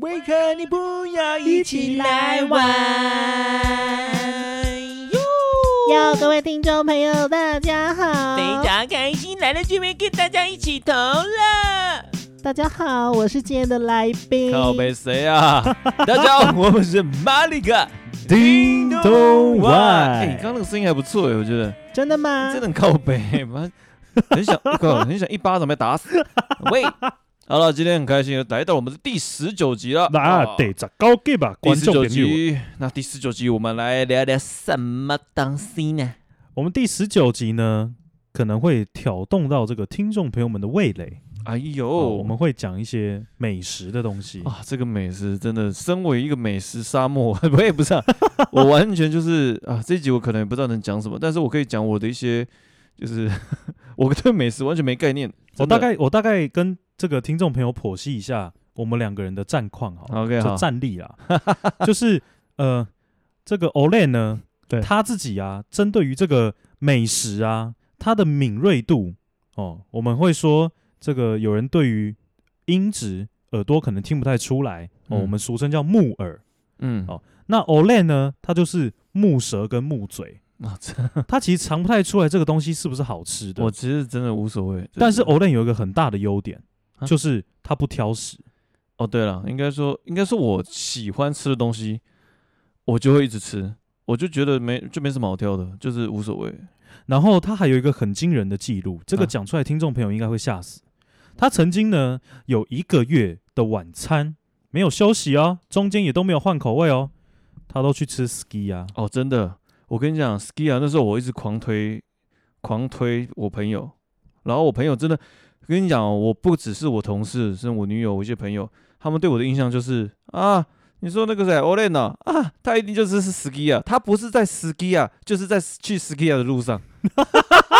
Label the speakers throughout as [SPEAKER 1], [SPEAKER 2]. [SPEAKER 1] 为何你不要一起来玩？哟，
[SPEAKER 2] 哟，各位听众朋友，大家好。
[SPEAKER 1] 非常开心来到这边跟大家一起投了。
[SPEAKER 2] 大家好，我是今天的来宾。
[SPEAKER 1] 靠背谁啊？大家好，我们是马里卡
[SPEAKER 3] 叮咚
[SPEAKER 1] 哎，你
[SPEAKER 3] 外，
[SPEAKER 1] 刚刚那个声音还不错哎，我觉得
[SPEAKER 2] 真的吗？
[SPEAKER 1] 真的很靠背，妈，很想，靠，很想一巴掌被打死。喂，好了，今天很开心，来到我们的第十九集了。
[SPEAKER 3] 那
[SPEAKER 1] 哦
[SPEAKER 3] 得咋高给吧？
[SPEAKER 1] 第
[SPEAKER 3] 观
[SPEAKER 1] 十
[SPEAKER 3] 众
[SPEAKER 1] 九
[SPEAKER 3] 点击率，
[SPEAKER 1] 集，那第十九集我们来聊聊什么东西呢？
[SPEAKER 3] 我们第十九集呢，可能会挑动到这个听众朋友们的味蕾
[SPEAKER 1] 哎呦，
[SPEAKER 3] 哦。我们会讲一些美食的东西，
[SPEAKER 1] 啊，这个美食真的，身为一个美食沙漠， 我也不是、啊，我完全就是啊，这一集我可能也不知道能讲什么，但是我可以讲我的一些，就是 我对美食完全没概念。
[SPEAKER 3] 我
[SPEAKER 1] 真的
[SPEAKER 3] 大概我大概跟这个听众朋友剖析一下我们两个人的战况好了
[SPEAKER 1] OK，好
[SPEAKER 3] 就战力啦， 就是呃，这个 Olen 呢，
[SPEAKER 1] 对
[SPEAKER 3] 他自己啊，针对于这个美食啊，他的敏锐度哦，我们会说这个有人对于音质耳朵可能听不太出来哦，
[SPEAKER 1] 嗯
[SPEAKER 3] 我们俗称叫木耳。
[SPEAKER 1] 嗯，
[SPEAKER 3] 哦那 Olen 呢，他就是木舌跟 木嘴，
[SPEAKER 1] 啊，这
[SPEAKER 3] 他其实尝不太出来这个东西是不是好吃的
[SPEAKER 1] 我。其实真的无所谓。
[SPEAKER 3] 但是
[SPEAKER 1] 哦
[SPEAKER 3] Olen 有一个很大的优点，
[SPEAKER 1] 啊
[SPEAKER 3] 就是他不挑食。
[SPEAKER 1] 哦，对了，应该说应该说我喜欢吃的东西，我就会一直吃，我就觉得没就没什么好挑的，就是无所谓。
[SPEAKER 3] 然后他还有一个很惊人的记录，这个
[SPEAKER 1] 啊
[SPEAKER 3] 讲出来听众朋友应该会吓死。他曾经呢有一个月的晚餐没有休息哦，中间也都没有换口味哦，他都去吃 ski 啊。
[SPEAKER 1] 哦，真的，我跟你讲，ski 啊，那时候我一直狂推，狂推我朋友，然后我朋友真的，跟你讲、哦，我不只是我同事，是我女友，我一些朋友，他们对我的印象就是啊，你说那个谁，Olen 啊，啊，他一定就是是 ski 啊，他不是在 ski 啊，就是在去 ski 啊的路上。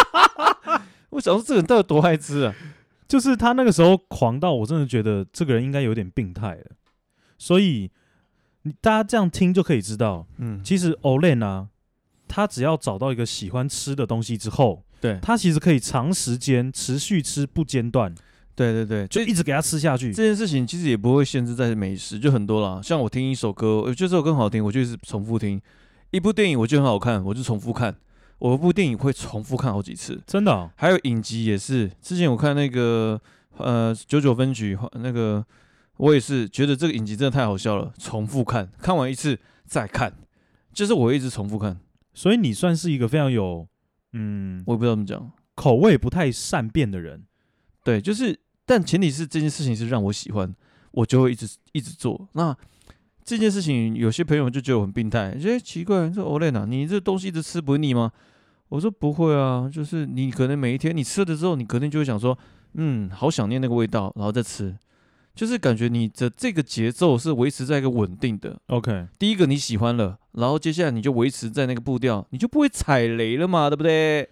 [SPEAKER 1] 我想说，这个人到底多爱吃啊？
[SPEAKER 3] 就是他那个时候狂到我真的觉得这个人应该有点病态了。所以你大家这样听就可以知道，
[SPEAKER 1] 嗯，
[SPEAKER 3] 其实 Olen 啊，他只要找到一个喜欢吃的东西之后，
[SPEAKER 1] 对
[SPEAKER 3] 他其实可以长时间持续吃不间断，
[SPEAKER 1] 对对对，
[SPEAKER 3] 就
[SPEAKER 1] 所以
[SPEAKER 3] 一直给他吃下去。
[SPEAKER 1] 这件事情其实也不会限制在美食，就很多啦。像我听一首歌，我觉得这首歌很好听，我就一直重复听；一部电影我觉得很好看，我就重复看。我一部电影会重复看好几次。
[SPEAKER 3] 真的哦、
[SPEAKER 1] 还有影集也是，之前我看那个呃九九分局那个，我也是觉得这个影集真的太好笑了，重复看，看完一次再看，就是我会一直重复看。
[SPEAKER 3] 所以你算是一个非常有嗯
[SPEAKER 1] 我也不知道怎么讲，
[SPEAKER 3] 口味不太善变的人。
[SPEAKER 1] 对，就是，但前提是这件事情是让我喜欢，我就会一直一直做。那这件事情，有些朋友就觉得我很病态，觉得奇怪，你说 Olen 啊，你这东西一直吃不会腻吗？我说不会啊，就是你可能每一天你吃了之后，你肯定就会想说，嗯，好想念那个味道，然后再吃，就是感觉你的这个节奏是维持在一个稳定的。
[SPEAKER 3] OK，
[SPEAKER 1] 第一个你喜欢了，然后接下来你就维持在那个步调，你就不会踩雷了嘛，对不对？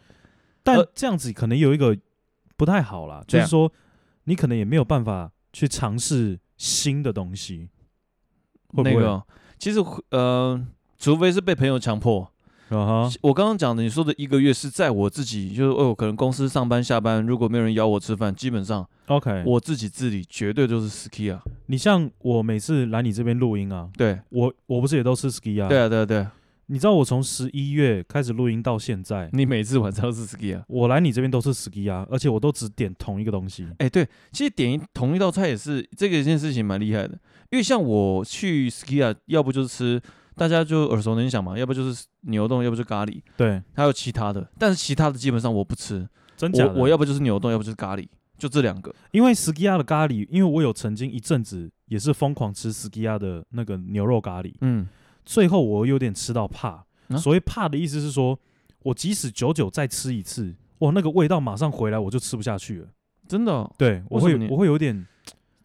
[SPEAKER 3] 但
[SPEAKER 1] 呃
[SPEAKER 3] 这样子可能有一个不太好啦，
[SPEAKER 1] 这
[SPEAKER 3] 就是
[SPEAKER 1] 样
[SPEAKER 3] 说你可能也没有办法去尝试新的东西，会不
[SPEAKER 1] 那
[SPEAKER 3] 会？
[SPEAKER 1] 个其实呃，除非是被朋友强迫，
[SPEAKER 3] 啊哈，
[SPEAKER 1] 我刚刚讲的，你说的一个月是在我自己，就是哦，可能公司上班下班，如果没有人邀我吃饭，基本上
[SPEAKER 3] OK，
[SPEAKER 1] 我自己自理绝对就是 ski 啊。
[SPEAKER 3] 你像我每次来你这边录音啊，
[SPEAKER 1] 对，
[SPEAKER 3] 我我不是也都吃 ski 啊？
[SPEAKER 1] 对，啊，对啊，对啊，
[SPEAKER 3] 你知道我从十一月开始录音到现在，
[SPEAKER 1] 你每次晚上都是 ski 啊。
[SPEAKER 3] 我来你这边都是 ski 啊，而且我都只点同一个东西。
[SPEAKER 1] 哎，对，其实点一同一道菜也是这个一件事情蛮厉害的，因为像我去 ski 啊，要不就是吃大家就耳熟能详嘛，要不就是牛丼，要不就咖喱，
[SPEAKER 3] 对，
[SPEAKER 1] 还有其他的，但是其他的基本上我不吃，
[SPEAKER 3] 真假
[SPEAKER 1] 我
[SPEAKER 3] 的？
[SPEAKER 1] 我要不就是牛丼，要不就是咖喱，就这两个。
[SPEAKER 3] 因为 s k i a 的咖喱，因为我有曾经一阵子也是疯狂吃 s k i a 的那个牛肉咖喱，
[SPEAKER 1] 嗯，
[SPEAKER 3] 最后我有点吃到怕。
[SPEAKER 1] 啊
[SPEAKER 3] 所谓怕的意思是说，我即使久久再吃一次，哇，那个味道马上回来，我就吃不下去了。
[SPEAKER 1] 真的哦、
[SPEAKER 3] 对，我
[SPEAKER 1] 为
[SPEAKER 3] 会
[SPEAKER 1] 什么你
[SPEAKER 3] 我会有点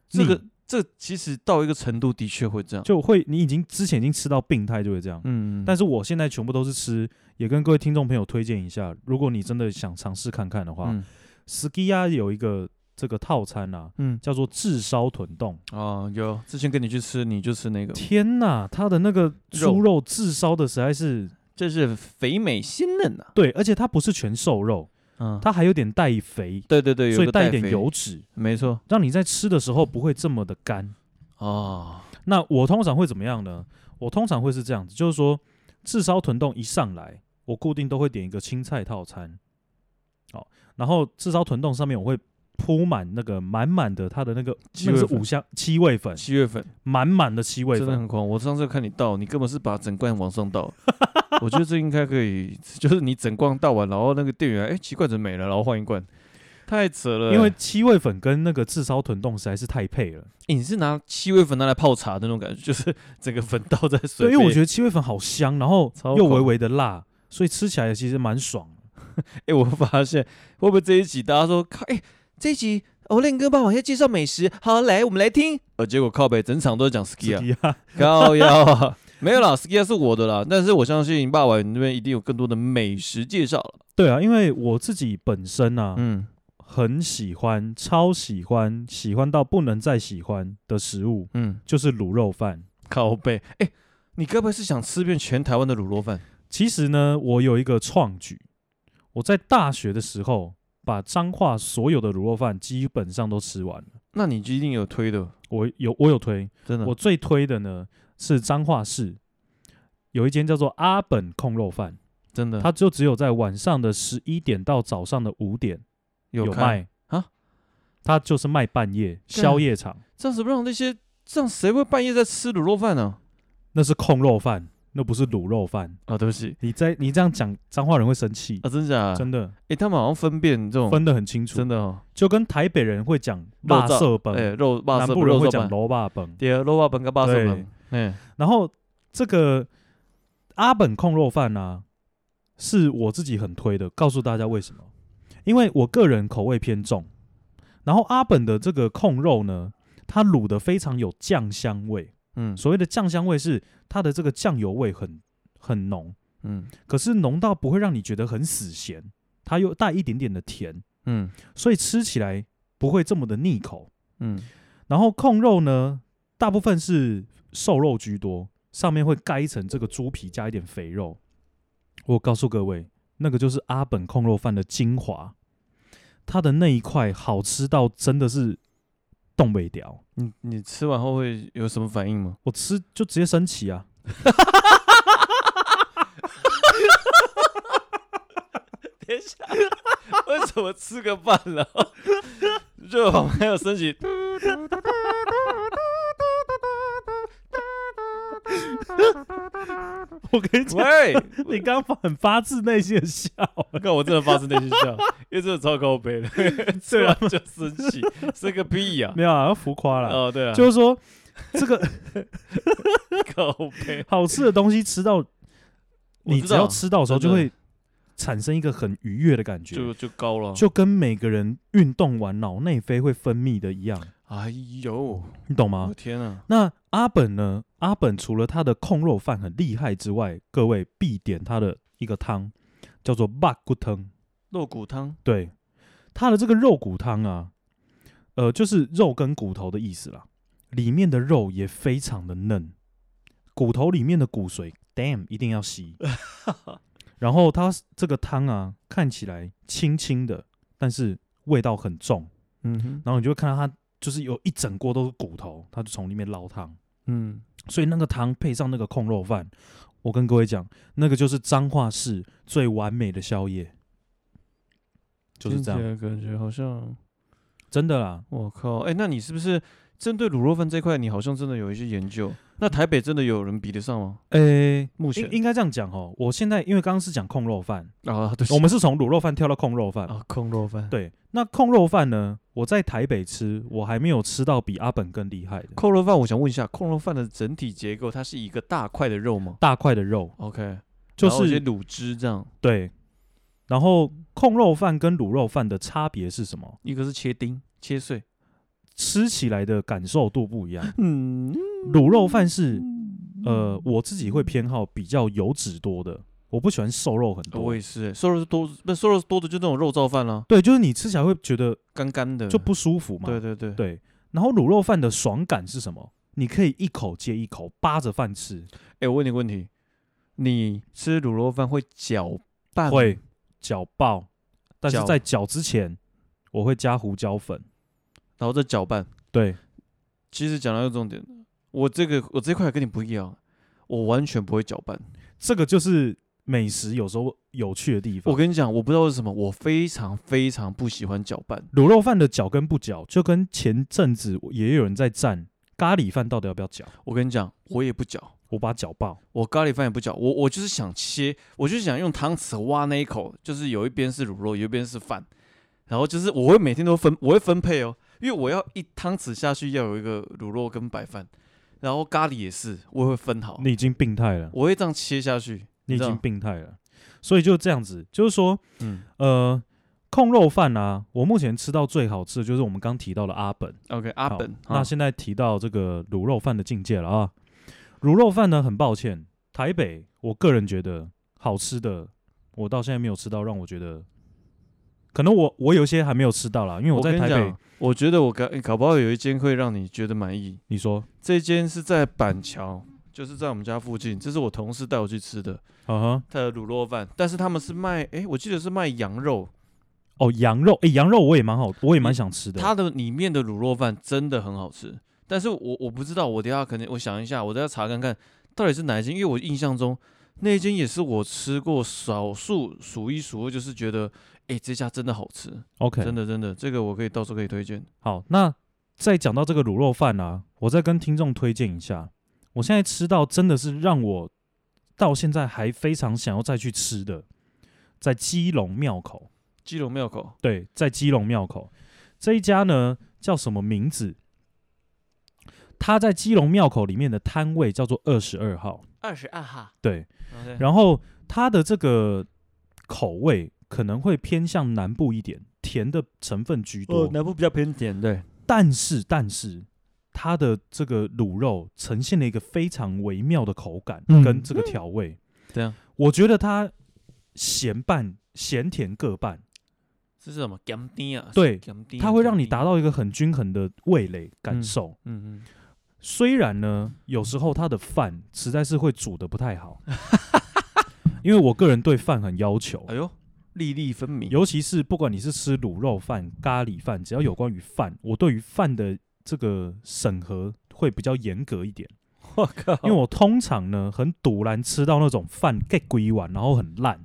[SPEAKER 1] 这个
[SPEAKER 3] 腻
[SPEAKER 1] 这其实到一个程度的确会这样。
[SPEAKER 3] 就会你已经之前已经吃到病态就会这样。
[SPEAKER 1] 嗯，
[SPEAKER 3] 但
[SPEAKER 1] 是
[SPEAKER 3] 是我现在全部都是吃，也跟各位听众朋友推荐一下，如果你真的想尝试看看的话、
[SPEAKER 1] 嗯
[SPEAKER 3] s k i a 有一个这个套餐啊，
[SPEAKER 1] 嗯
[SPEAKER 3] 叫做炙烧豚冻。
[SPEAKER 1] 哦，有之前跟你去吃，你就吃那个，
[SPEAKER 3] 天呐，它的那个猪
[SPEAKER 1] 肉
[SPEAKER 3] 肉炙烧的实在是
[SPEAKER 1] 这是肥美鲜嫩呐、
[SPEAKER 3] 对，而且它不是全瘦肉，
[SPEAKER 1] 嗯，
[SPEAKER 3] 啊它还有点带肥，
[SPEAKER 1] 对对对，有
[SPEAKER 3] 所以
[SPEAKER 1] 个
[SPEAKER 3] 带一
[SPEAKER 1] 肥
[SPEAKER 3] 点油，脂，
[SPEAKER 1] 没错。
[SPEAKER 3] 让你在吃的时候不会这么的干。
[SPEAKER 1] 哦，
[SPEAKER 3] 那我通常会怎么样呢？我通常会是这样子，就是说炙烧豚冻一上来，我固定都会点一个青菜套餐，好，然后炙烧豚冻上面我会铺满那个满满的它的那个
[SPEAKER 1] 七
[SPEAKER 3] 那个
[SPEAKER 1] 味
[SPEAKER 3] 是
[SPEAKER 1] 粉
[SPEAKER 3] 五香七味粉，
[SPEAKER 1] 七月份
[SPEAKER 3] 满满的七味
[SPEAKER 1] 真的
[SPEAKER 3] 粉，
[SPEAKER 1] 很狂。我上次看你倒，你根本是把整罐往上 倒。我觉得这应该可以，就是你整罐倒完，然后那个店员哎、奇怪怎么没了，然后换一罐，太扯了。
[SPEAKER 3] 因为七味粉跟那个炙烧豚冻实在是太配了，
[SPEAKER 1] 欸你是拿七味粉拿来泡茶的那种感觉，就是整个粉倒在水
[SPEAKER 3] 对，
[SPEAKER 1] 杯。
[SPEAKER 3] 因为我觉得七味粉好香，然后
[SPEAKER 1] 超
[SPEAKER 3] 又
[SPEAKER 1] 狂
[SPEAKER 3] 微微的辣，所以吃起来其实蛮爽的。
[SPEAKER 1] 哎、我发现会不会这一集大家说靠，哎、这一集欧练跟霸王要介绍美食，好来我们来听。呃，结果靠北整场都在讲 ski 啊，
[SPEAKER 3] 是啊
[SPEAKER 1] 高腰啊， 没有啦，ski 啊是我的啦，但是我相信霸王你那边一定有更多的美食介绍了。
[SPEAKER 3] 对啊，因为我自己本身啊，
[SPEAKER 1] 嗯，
[SPEAKER 3] 很喜欢、超喜欢、喜欢到不能再喜欢的食物，
[SPEAKER 1] 嗯，
[SPEAKER 3] 就是卤肉饭。
[SPEAKER 1] 靠背，哎、你该不会是想吃遍全台湾的卤肉饭？
[SPEAKER 3] 其实呢，我有一个创举，我在大学的时候把彰化所有的卤肉饭基本上都吃完了。
[SPEAKER 1] 那你就一定有推的，哦
[SPEAKER 3] 我有我有推，
[SPEAKER 1] 真的。
[SPEAKER 3] 我最推的呢是彰化市有一间叫做阿本控肉饭，
[SPEAKER 1] 真的，
[SPEAKER 3] 它就只有在晚上的十一点到早上的五点
[SPEAKER 1] 有看，
[SPEAKER 3] 卖
[SPEAKER 1] 啊，
[SPEAKER 3] 它就是卖半夜宵夜场，
[SPEAKER 1] 这样子不让那些这样谁会半夜在吃卤肉饭呢、
[SPEAKER 3] 那是控肉饭，那不是卤肉饭。
[SPEAKER 1] 啊？对不起
[SPEAKER 3] 你在你这样讲，彰化人会生气，
[SPEAKER 1] 啊，真假的？
[SPEAKER 3] 真的
[SPEAKER 1] 哎、他们好像分辨这种
[SPEAKER 3] 分得很清楚，
[SPEAKER 1] 真的哦，
[SPEAKER 3] 就跟台北人会讲
[SPEAKER 1] 肉
[SPEAKER 3] 辣
[SPEAKER 1] 燥
[SPEAKER 3] 色
[SPEAKER 1] 哎、
[SPEAKER 3] 本，
[SPEAKER 1] 肉霸
[SPEAKER 3] 南
[SPEAKER 1] 色
[SPEAKER 3] 部
[SPEAKER 1] 不
[SPEAKER 3] 人
[SPEAKER 1] 肉
[SPEAKER 3] 会
[SPEAKER 1] 燥
[SPEAKER 3] 讲
[SPEAKER 1] 饭，
[SPEAKER 3] 罗霸本，
[SPEAKER 1] 对，肉霸本跟霸色本，哎、
[SPEAKER 3] 然后这个阿本控肉饭呢、是我自己很推的，告诉大家为什么？因为我个人口味偏重，然后阿本的这个控肉呢，它卤的非常有酱香味。
[SPEAKER 1] 嗯
[SPEAKER 3] 所谓的酱香味是它的这个酱油味很很浓，
[SPEAKER 1] 嗯
[SPEAKER 3] 可是浓到不会让你觉得很死咸，它又带一点点的甜，
[SPEAKER 1] 嗯
[SPEAKER 3] 所以吃起来不会这么的腻口。
[SPEAKER 1] 嗯，
[SPEAKER 3] 然后控肉呢，大部分是瘦肉居多，上面会盖一层这个猪皮加一点肥肉。我告诉各位，那个就是阿本控肉饭的精华，它的那一块好吃到真的是东北屌，
[SPEAKER 1] 你你吃完后会有什么反应吗？
[SPEAKER 3] 我吃就直接升旗啊！
[SPEAKER 1] 等一下，为什么吃个饭了，就好像有升起？
[SPEAKER 3] 我跟你讲，
[SPEAKER 1] 喂，
[SPEAKER 3] 你刚刚很发自内心的笑，啊
[SPEAKER 1] 我看我真的发自内心笑，因为真的超高杯的，吃完就生气，生个屁呀、
[SPEAKER 3] 没有啊，要浮夸了。
[SPEAKER 1] 哦，对啊，
[SPEAKER 3] 就是说，这个
[SPEAKER 1] 高杯，
[SPEAKER 3] 好吃的东西吃到你只要吃到的时候，
[SPEAKER 1] 真
[SPEAKER 3] 就
[SPEAKER 1] 的
[SPEAKER 3] 会产生一个很愉悦的感觉，
[SPEAKER 1] 就就高了，
[SPEAKER 3] 就跟每个人运动完脑内啡会分泌的一样，
[SPEAKER 1] 哎呦，
[SPEAKER 3] 你懂
[SPEAKER 1] 我
[SPEAKER 3] 吗？
[SPEAKER 1] 天啊，
[SPEAKER 3] 那阿本呢？阿本除了他的控肉饭很厉害之外，各位必点他的一个汤，叫做八骨汤。
[SPEAKER 1] 肉骨汤，
[SPEAKER 3] 对，他的这个肉骨汤啊，呃，就是肉跟骨头的意思啦。里面的肉也非常的嫩，骨头里面的骨髓，damn，一定要吸。然后它这个汤啊，看起来清清的，但是味道很重。
[SPEAKER 1] 嗯哼，
[SPEAKER 3] 然后你就会看到它就是有一整锅都是骨头，它就从里面捞汤。
[SPEAKER 1] 嗯。
[SPEAKER 3] 所以那个汤配上那个控肉饭，我跟各位讲，那个就是彰化市最完美的宵夜，就是这样。
[SPEAKER 1] 样，感觉好像
[SPEAKER 3] 真的啦，
[SPEAKER 1] 我靠，哎、那你是不是针对卤肉饭这块，你好像真的有一些研究？那台北真的有人比得上吗？
[SPEAKER 3] 嗯诶、
[SPEAKER 1] 目前
[SPEAKER 3] 应应该这样讲哦。我现在因为刚刚是讲控肉饭，
[SPEAKER 1] 啊，对不起，
[SPEAKER 3] 我们是从卤肉饭跳到控肉饭。
[SPEAKER 1] 啊，空肉饭，，
[SPEAKER 3] 哦对，那控肉饭呢？我在台北吃，我还没有吃到比阿本更厉害的
[SPEAKER 1] 空肉饭，我想问一下，空肉饭的整体结构，它是一个大块的肉吗
[SPEAKER 3] 大块的肉，
[SPEAKER 1] ？OK，
[SPEAKER 3] 就
[SPEAKER 1] 然后有些
[SPEAKER 3] 是
[SPEAKER 1] 卤汁这样，
[SPEAKER 3] 对。然后控肉饭跟卤肉饭的差别是什么？
[SPEAKER 1] 一个是切丁切碎，
[SPEAKER 3] 吃起来的感受度不一样。
[SPEAKER 1] 嗯，
[SPEAKER 3] 卤肉饭是，呃，我自己会偏好比较油脂多的，我不喜欢瘦肉很
[SPEAKER 1] 呃我
[SPEAKER 3] 多
[SPEAKER 1] 也。是、欸，瘦肉是多，不是瘦肉是多的，就那种肉燥饭啦、
[SPEAKER 3] 对，就是你吃起来会觉得
[SPEAKER 1] 干干的，
[SPEAKER 3] 就不舒服嘛。
[SPEAKER 1] 对对对，
[SPEAKER 3] 对，然后卤肉饭的爽感是什么？你可以一口接一口扒着饭吃，
[SPEAKER 1] 哎、我问你个问题，你吃卤肉饭会搅拌吗
[SPEAKER 3] 会搅爆，但是
[SPEAKER 1] 啊搅
[SPEAKER 3] 在搅之前，我会加胡椒粉。
[SPEAKER 1] 然后再搅拌，
[SPEAKER 3] 对，
[SPEAKER 1] 其实讲到一个重点，我这个我这块跟你不一样，我完全不会搅拌。
[SPEAKER 3] 这个就是美食有时候有趣的地方。
[SPEAKER 1] 我跟你讲，我不知道为什么，我非常非常不喜欢搅拌。
[SPEAKER 3] 卤肉饭的搅跟不搅，就跟前阵子也有人在站咖喱饭到底要不要搅，
[SPEAKER 1] 我跟你讲，我也不搅，
[SPEAKER 3] 我把它搅爆。
[SPEAKER 1] 我咖喱饭也不搅，我我就是想切，我就是想用汤匙挖那一口，就是有一边是卤肉，有一边是饭，然后就是我会每天都分，我会分配哦，因为我要一汤匙下去要有一个卤肉跟白饭，然后咖喱也是，我会分好，
[SPEAKER 3] 你已经病态了，
[SPEAKER 1] 哦我会这样切下去。
[SPEAKER 3] 你已
[SPEAKER 1] 知道
[SPEAKER 3] 经病态了。所以就这样子，就是说，
[SPEAKER 1] 嗯
[SPEAKER 3] 呃，控肉饭啊，我目前吃到最好吃的就是我们刚提到的阿本。
[SPEAKER 1] ，OK，阿
[SPEAKER 3] 好
[SPEAKER 1] 本，
[SPEAKER 3] 那
[SPEAKER 1] 啊
[SPEAKER 3] 现在提到这个卤肉饭的境界了啊，卤肉饭呢，很抱歉，台北我个人觉得好吃的，我到现在没有吃到让我觉得，可能我我有一些还没有吃到啦，因为
[SPEAKER 1] 我
[SPEAKER 3] 在
[SPEAKER 1] 跟你
[SPEAKER 3] 台北
[SPEAKER 1] 讲，，我觉得我搞搞不好有一间会让你觉得满意。
[SPEAKER 3] 你说，
[SPEAKER 1] 这间是在板桥，就是在我们家附近，这是我同事带我去吃的，
[SPEAKER 3] 嗯哼，
[SPEAKER 1] 他的卤肉饭，但是他们是卖，诶，我记得是卖羊肉，
[SPEAKER 3] 哦，羊肉，诶，羊肉我也蛮好，我也蛮想吃的，
[SPEAKER 1] 嗯它的里面的卤肉饭真的很好吃，但是我我不知道，我等一下可能我想一下，我等一下查看看到底是哪一间，因为我印象中那一间也是我吃过少数数一数二，就是觉得，诶，这家真的好吃，
[SPEAKER 3] OK，
[SPEAKER 1] 真的真的，这个我可以到时候可以推荐。
[SPEAKER 3] 好，那再讲到这个卤肉饭啊，我再跟听众推荐一下，我现在吃到真的是让我到现在还非常想要再去吃的，在基隆庙口，
[SPEAKER 1] 基隆庙口，
[SPEAKER 3] 对，在基隆庙口这一家呢叫什么名字？它在基隆庙口里面的摊位叫做二十二号，
[SPEAKER 2] 二十二啊号，
[SPEAKER 3] 对，
[SPEAKER 1] 然
[SPEAKER 3] 然后它的这个口味可能会偏向南部一点，甜的成分居多。
[SPEAKER 1] 南哦部比较偏甜，对，
[SPEAKER 3] 但是，但是它的这个卤肉呈现了一个非常微妙的口感
[SPEAKER 1] 嗯
[SPEAKER 3] 跟这个调味。
[SPEAKER 1] 这样
[SPEAKER 3] 我觉得它咸拌、咸甜各半，
[SPEAKER 1] 这是什么？咸甜啊，
[SPEAKER 3] 对
[SPEAKER 1] 咸甜啊，
[SPEAKER 3] 它会让
[SPEAKER 1] 咸
[SPEAKER 3] 你
[SPEAKER 1] 甜
[SPEAKER 3] 达到一个很均衡的味蕾感
[SPEAKER 1] 嗯
[SPEAKER 3] 受。
[SPEAKER 1] 嗯嗯，
[SPEAKER 3] 虽然呢，有时候它的饭实在是会煮的不太好， 因为我个人对饭很要求
[SPEAKER 1] 哎。呦，粒粒分明，
[SPEAKER 3] 尤其是不管你是吃卤肉饭、咖喱饭，只要有关于饭，我对于饭的这个审核会比较严格一点。
[SPEAKER 1] 我靠，
[SPEAKER 3] 因为我通常呢很堵然吃到那种饭盖归碗，然后很烂，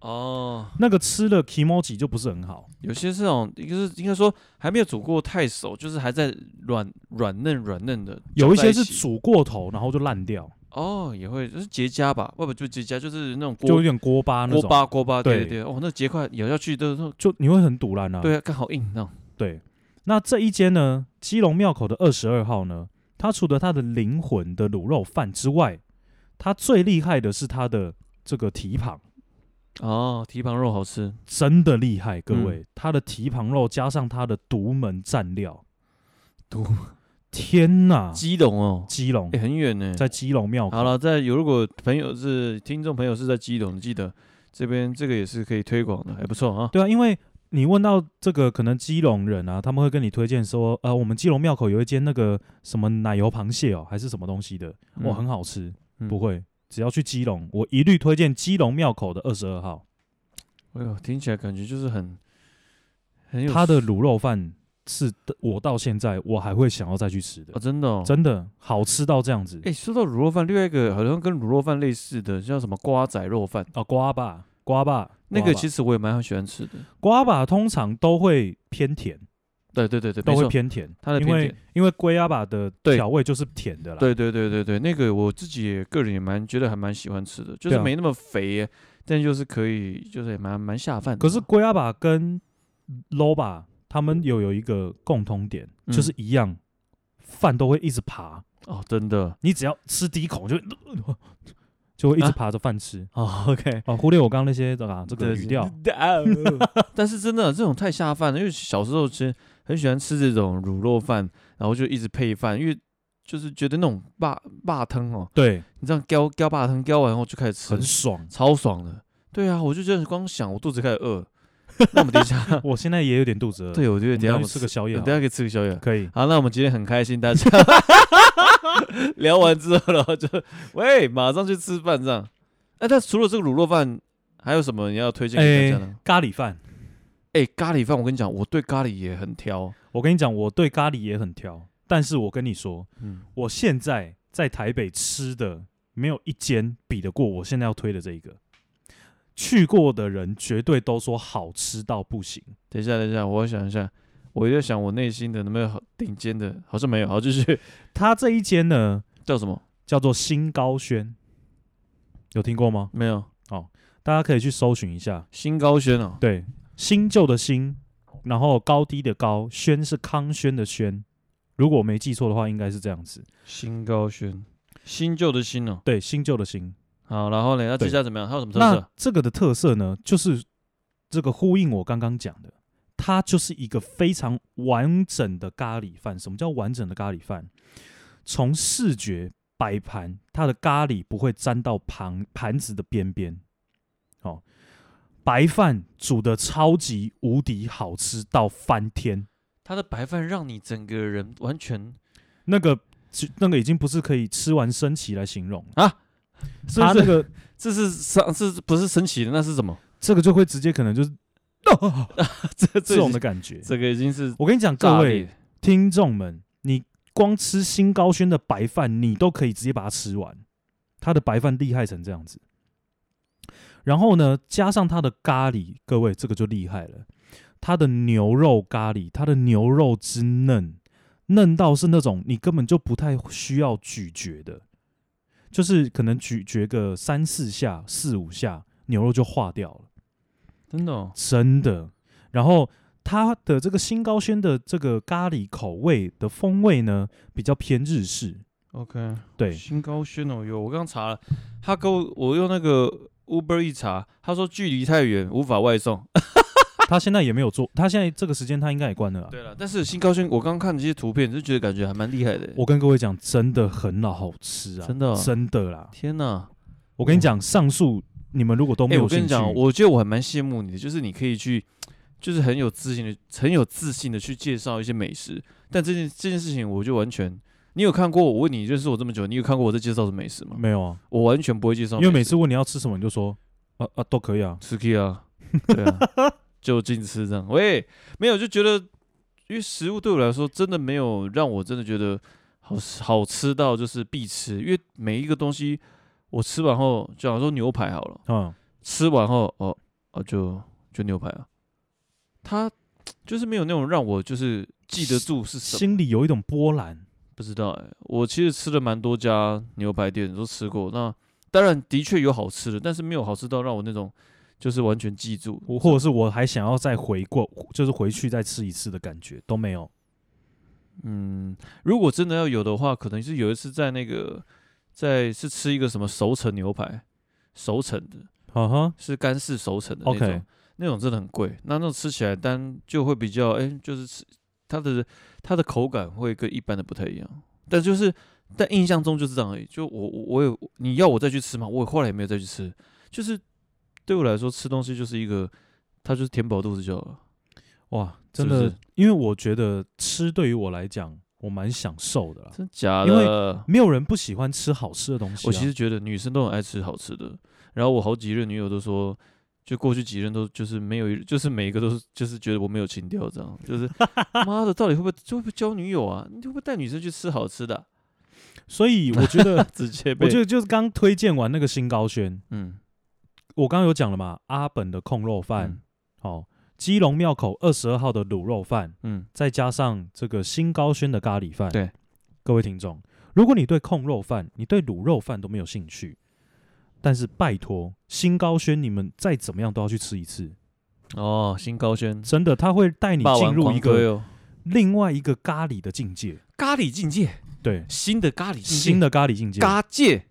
[SPEAKER 1] 哦，
[SPEAKER 3] 那个吃了 kimoji 就不是很好。
[SPEAKER 1] 有些是那种，一个是应该说还没有煮过太熟，就是还在软软嫩软嫩的，
[SPEAKER 3] 有一
[SPEAKER 1] 搅在
[SPEAKER 3] 些
[SPEAKER 1] 一
[SPEAKER 3] 是
[SPEAKER 1] 起
[SPEAKER 3] 煮过头，然后就烂掉，
[SPEAKER 1] 哦，也会就是结痂吧，不不就结痂，就是那种
[SPEAKER 3] 就有
[SPEAKER 1] 锅
[SPEAKER 3] 点锅巴那
[SPEAKER 1] 锅
[SPEAKER 3] 种，
[SPEAKER 1] 巴锅巴，对
[SPEAKER 3] 对
[SPEAKER 1] 对对，哦，那结块咬下去都都
[SPEAKER 3] 就你会很堵然啊。
[SPEAKER 1] 对啊，刚好硬那种，
[SPEAKER 3] 对那这一间呢，基隆庙口的二十二号呢，它除了它的灵魂的卤肉饭之外，它最厉害的是它的这个蹄膀，
[SPEAKER 1] 哦，蹄膀肉好吃，
[SPEAKER 3] 真的厉害，各
[SPEAKER 1] 嗯
[SPEAKER 3] 位，它的蹄膀肉加上它的独门蘸料，
[SPEAKER 1] 独
[SPEAKER 3] 天哪，
[SPEAKER 1] 基隆哦，
[SPEAKER 3] 基隆
[SPEAKER 1] 哎，很远呢，
[SPEAKER 3] 在基隆庙口
[SPEAKER 1] 好。了，在有如果朋友是听众朋友是在基隆，记得这边这个也是可以推广的，还不错啊。
[SPEAKER 3] 对啊，因为你问到这个，可能基隆人啊，他们会跟你推荐说，呃，我们基隆庙口有一间那个什么奶油螃蟹哦，还是什么东西的，哇，
[SPEAKER 1] 嗯
[SPEAKER 3] 很好吃。
[SPEAKER 1] 嗯
[SPEAKER 3] 不会，只要去基隆，我一律推荐基隆庙口的二十二号，
[SPEAKER 1] 哎呦，听起来感觉就是很很有
[SPEAKER 3] 它的卤肉饭是我到现在我还会想要再去吃的
[SPEAKER 1] 哦，，真的哦。
[SPEAKER 3] 真的好吃到这样子。
[SPEAKER 1] 哎、说到卤肉饭，另外一个好像跟卤肉饭类似的，叫什么瓜仔肉饭，
[SPEAKER 3] 哦，瓜爸，瓜爸，
[SPEAKER 1] 那个
[SPEAKER 3] 实
[SPEAKER 1] 其实我也蛮喜欢吃的。
[SPEAKER 3] 瓜爸通常都会偏甜，
[SPEAKER 1] 对对对对，
[SPEAKER 3] 都
[SPEAKER 1] 没
[SPEAKER 3] 会
[SPEAKER 1] 错。
[SPEAKER 3] 偏甜，
[SPEAKER 1] 它的
[SPEAKER 3] 因
[SPEAKER 1] 偏
[SPEAKER 3] 为
[SPEAKER 1] 甜
[SPEAKER 3] 因为龟阿爸的
[SPEAKER 1] 对
[SPEAKER 3] 调味就是甜的啦。
[SPEAKER 1] 对对对对对，那个我自己也个人也蛮觉得还蛮喜欢吃的，就
[SPEAKER 3] 对
[SPEAKER 1] 是
[SPEAKER 3] 啊
[SPEAKER 1] 没那么肥耶、但就是可以，就是也蛮蛮下饭的。
[SPEAKER 3] 可是龟阿爸跟 Loba 他们有有一个共通点，
[SPEAKER 1] 嗯
[SPEAKER 3] 就是一样，饭都会一直爬。
[SPEAKER 1] 哦，真的
[SPEAKER 3] 你只要吃第一口就就
[SPEAKER 1] 啊
[SPEAKER 3] 会一直爬着饭吃。
[SPEAKER 1] 哦，OK，
[SPEAKER 3] 哦，忽略我刚刚那些啊，这个语 调。。
[SPEAKER 1] 但是真的这种太下饭了，因为小时候其实很喜欢吃这种卤肉饭，然后就一直配饭，因为就是觉得那种霸霸汤哦，
[SPEAKER 3] 对，
[SPEAKER 1] 你这样浇浇霸汤浇完后就开始吃
[SPEAKER 3] 很，爽。，
[SPEAKER 1] 超爽的。对啊，我就觉得光想我肚子开始饿， 那我们等一下
[SPEAKER 3] 我现在也有点肚子饿，
[SPEAKER 1] 对，我觉得
[SPEAKER 3] 我们
[SPEAKER 1] 等一下
[SPEAKER 3] 要
[SPEAKER 1] 我
[SPEAKER 3] 去
[SPEAKER 1] 们
[SPEAKER 3] 吃个宵
[SPEAKER 1] 宵
[SPEAKER 3] 夜好
[SPEAKER 1] 等一
[SPEAKER 3] 了，
[SPEAKER 1] 下可以吃个宵夜。
[SPEAKER 3] 可以。
[SPEAKER 1] 好，那我们今天很开心，大家 聊完之后，然后就喂，马上去吃饭这样。哎，但除了这个卤肉饭，还有什么你要推荐给大家呢？哎
[SPEAKER 3] 咖喱饭，
[SPEAKER 1] 哎，咖喱饭，我跟你讲，我对咖喱也很挑。
[SPEAKER 3] 我跟你讲，我对咖喱也很挑。但是我跟你说，
[SPEAKER 1] 嗯，
[SPEAKER 3] 我现在在台北吃的没有一间比得过我现在要推的这一个。去过的人绝对都说好吃到不行。
[SPEAKER 1] 等一下，等一下，我想一下，我在想我内心的能不能好顶尖的，好像没有，好继续
[SPEAKER 3] 它这一间呢
[SPEAKER 1] 叫什么？
[SPEAKER 3] 叫做新高轩，有听过吗？
[SPEAKER 1] 没有，
[SPEAKER 3] 大家可以去搜寻一下。
[SPEAKER 1] 新高轩哦，
[SPEAKER 3] 对，新旧的新，然后高低的高，轩是康轩的轩。如果我没记错的话，应该是这样子。
[SPEAKER 1] 新高轩，新旧的新哦。
[SPEAKER 3] 对，新旧的新。
[SPEAKER 1] 好，然后呢？那
[SPEAKER 3] 对
[SPEAKER 1] 这家怎么样？它有什么特
[SPEAKER 3] 那
[SPEAKER 1] 色？
[SPEAKER 3] 这个的特色呢，就是这个呼应我刚刚讲的，它就是一个非常完整的咖喱饭。什么叫完整的咖喱饭？从视觉摆盘，它的咖喱不会沾到盘盘子的边边。哦，白饭煮的超级无敌好吃到翻天，
[SPEAKER 1] 它的白饭让你整个人完全
[SPEAKER 3] 那个那个已经不是可以吃完升旗来形容了。
[SPEAKER 1] 是
[SPEAKER 3] 它
[SPEAKER 1] 不
[SPEAKER 3] 那
[SPEAKER 1] 是？
[SPEAKER 3] 个
[SPEAKER 1] 这是上是不是神奇的？那是什 么？
[SPEAKER 3] 这个就会直接可能就是
[SPEAKER 1] 这这
[SPEAKER 3] 这种的感觉。
[SPEAKER 1] 这个已经是
[SPEAKER 3] 我跟你讲，各
[SPEAKER 1] 炸
[SPEAKER 3] 位
[SPEAKER 1] 裂，
[SPEAKER 3] 听众们，你光吃新高轩的白饭，你都可以直接把它吃完。它的白饭厉害成这样子，然后呢，加上它的咖喱，各位这个就厉害了。它的牛肉咖喱，它的牛肉之嫩，嫩到是那种你根本就不太需要咀嚼的，就是可能咀嚼个三四下、四五下，牛肉就化掉了。
[SPEAKER 1] 真的哦，
[SPEAKER 3] 真的。然后它的这个新高轩的这个咖喱口味的风味呢，比较偏日式。
[SPEAKER 1] OK，
[SPEAKER 3] 对，
[SPEAKER 1] 新高轩哦，有我刚查了，他跟我我用那个 Uber 一查，他说距离太远无法外送。
[SPEAKER 3] 它现在也没有做，它现在这个时间它应该也关了啊、
[SPEAKER 1] 对了，但是新高轩我刚看这些图片，就觉得感觉还蛮厉害的。
[SPEAKER 3] 我跟各位讲，真的很老好吃啊，
[SPEAKER 1] 真的哦
[SPEAKER 3] 真的啦！
[SPEAKER 1] 天哪！
[SPEAKER 3] 我跟你讲，上述你们如果都
[SPEAKER 1] 哎、
[SPEAKER 3] 没有
[SPEAKER 1] 我跟
[SPEAKER 3] 兴
[SPEAKER 1] 你
[SPEAKER 3] 趣，
[SPEAKER 1] 讲，我觉得我还蛮羡慕你的，就是你可以去，就是很有自信的、很有自信的去介绍一些美食。但这件这件事情，我就完全，你有看过我问你认识我这么久，你有看过我在介绍什么美食吗？
[SPEAKER 3] 没有啊，
[SPEAKER 1] 我完全不会介绍
[SPEAKER 3] 因
[SPEAKER 1] 美食，
[SPEAKER 3] 为每次问你要吃什么，你就说啊啊都可以啊，
[SPEAKER 1] 吃 K 啊，对啊， 就近吃这样。喂，没有就觉得，因为食物对我来说真的没有让我真的觉得好吃好吃到就是必吃，因为每一个东西我吃完后，就好像说牛排好了，
[SPEAKER 3] 嗯，
[SPEAKER 1] 吃完后哦哦就就牛排啊，它就是没有那种让我就是记得住是什么，
[SPEAKER 3] 心里有一种波澜。
[SPEAKER 1] 不知道哎、我其实吃了蛮多家牛排店都吃过，那当然的确有好吃的，但是没有好吃到让我那种。就是完全记住，
[SPEAKER 3] 我或者是我还想要再回过，就是回去再吃一次的感觉都没有。
[SPEAKER 1] 嗯，如果真的要有的话，可能是有一次在那个，在是吃一个什么熟成牛排，熟成的，
[SPEAKER 3] 哈哈，
[SPEAKER 1] 是干式熟成的那种
[SPEAKER 3] OK
[SPEAKER 1] 那种真的很贵。那那种吃起来单就会比较，哎、就是吃它的它的口感会跟一般的不太一样，但就是但印象中就是这样而已。就我我我有你要我再去吃嘛，我后来也没有再去吃，就是对我来说吃东西就是一个，它就是填饱肚子就好了。
[SPEAKER 3] 哇，
[SPEAKER 1] 是
[SPEAKER 3] 真
[SPEAKER 1] 不
[SPEAKER 3] 的，
[SPEAKER 1] 是
[SPEAKER 3] 因为我觉得吃对于我来讲，我蛮享受的啦。
[SPEAKER 1] 真假的？
[SPEAKER 3] 因为没有人不喜欢吃好吃的东西、啊。
[SPEAKER 1] 我其实觉得女生都很爱吃好吃的，然后我好几任女友都说，就过去几任都就是没有一，就是每一个都是就是觉得我没有情调，这样就是 妈的，到底会不会会不会交女友啊？你会不会带女生去吃好吃的啊、，
[SPEAKER 3] 所以我觉得
[SPEAKER 1] 直接 被
[SPEAKER 3] 我觉得就是刚推荐完那个新高轩，
[SPEAKER 1] 嗯
[SPEAKER 3] 我刚刚有讲了嘛，阿本的控肉饭
[SPEAKER 1] 嗯，
[SPEAKER 3] 哦，基隆庙口二十二号的卤肉饭，
[SPEAKER 1] 嗯
[SPEAKER 3] 再加上这个新高轩的咖喱饭。
[SPEAKER 1] 对，
[SPEAKER 3] 各位听众，如果你对控肉饭、你对卤肉饭都没有兴趣，但是拜托新高轩，你们再怎么样都要去吃一次，
[SPEAKER 1] 哦，新高轩
[SPEAKER 3] 真的，他会带你
[SPEAKER 1] 霸
[SPEAKER 3] 进
[SPEAKER 1] 王
[SPEAKER 3] 入
[SPEAKER 1] 狂
[SPEAKER 3] 一
[SPEAKER 1] 歌
[SPEAKER 3] 个
[SPEAKER 1] 哟，
[SPEAKER 3] 另外一个咖喱的境界。
[SPEAKER 1] 咖喱境界，
[SPEAKER 3] 对，
[SPEAKER 1] 新的咖喱境界，
[SPEAKER 3] 新的咖喱境界。
[SPEAKER 1] 咖界，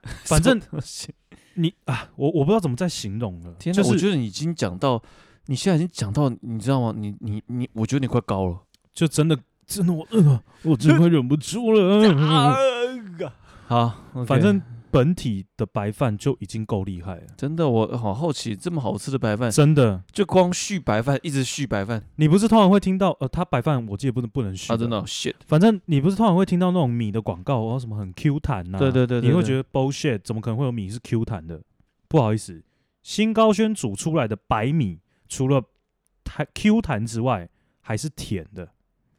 [SPEAKER 3] 反正
[SPEAKER 1] 什 么东西
[SPEAKER 3] 你啊，我我不知道怎么再形容了，
[SPEAKER 1] 天哪，
[SPEAKER 3] 就
[SPEAKER 1] 我
[SPEAKER 3] 是
[SPEAKER 1] 觉得你已经讲到。你现在已经讲到，你知道吗？你你你，我觉得你快高了。
[SPEAKER 3] 就真的真的我、呃、我真的快忍不 住 了。
[SPEAKER 1] 好，OK，
[SPEAKER 3] 反正本体的白饭就已经够厉害了，
[SPEAKER 1] 真的，我好好奇，这么好吃的白饭，
[SPEAKER 3] 真的。
[SPEAKER 1] 就光续白饭，一直续白饭
[SPEAKER 3] 你不是通常会听到呃，他白饭我记得不能不能续
[SPEAKER 1] 啊，真的、哦、shit，
[SPEAKER 3] 反正你不是通常会听到那种米的广告，然后什么很 Q 弹呐、
[SPEAKER 1] 对对对对
[SPEAKER 3] 你会
[SPEAKER 1] 对
[SPEAKER 3] 觉得 bullshit，怎么可能会有米是 Q 弹的？不好意思，新高轩煮出来的白米，除了弹 Q 弹之外，还是甜的。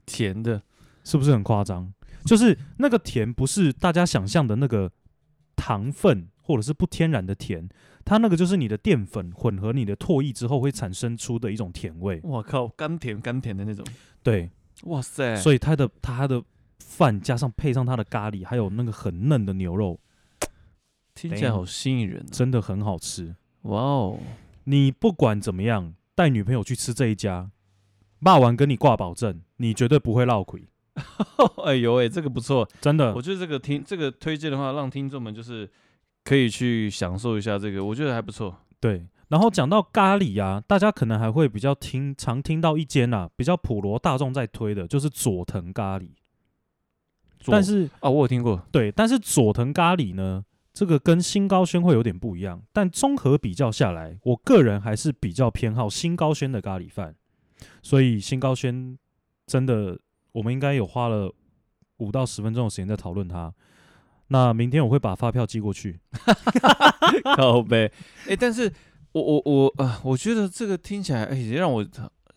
[SPEAKER 1] 甜的，
[SPEAKER 3] 是不是很夸张？就是那个甜不是大家想象的那个糖分或者是不天然的甜，它那个就是你的淀粉混合你的唾液之后会产生出的一种甜味。
[SPEAKER 1] 我靠，甘甜甘甜的那种，
[SPEAKER 3] 对，
[SPEAKER 1] 哇塞！
[SPEAKER 3] 所以它的它的饭加上配上它的咖喱，还有那个很嫩的牛肉，
[SPEAKER 1] 听起来好吸引人、啊，
[SPEAKER 3] 真的很好吃。
[SPEAKER 1] 哇哦！
[SPEAKER 3] 你不管怎么样，带女朋友去吃这一家，霸王跟你挂保证，你绝对不会落亏，
[SPEAKER 1] 哎呦喂、这个不错，
[SPEAKER 3] 真的
[SPEAKER 1] 我。觉得这个听这个推荐的话，让听众们就是可以去享受一下这个，我觉得还不错。
[SPEAKER 3] 对，然后讲到咖喱啊，大家可能还会比较听常听到一间啊，比较普罗大众在推的，就是佐藤咖喱。但是
[SPEAKER 1] 啊、我有听 过，
[SPEAKER 3] 对，但是佐藤咖喱呢，这个跟新高轩会有点不一样，但综合比较下来，我个人还是比较偏好新高轩的咖喱饭。所以新高轩真的，我们应该有花了五到十分钟的时间在讨论它。那明天我会把发票寄过 去。
[SPEAKER 1] 靠背。哎、但是我我我啊、我觉得这个听起来，哎、也让我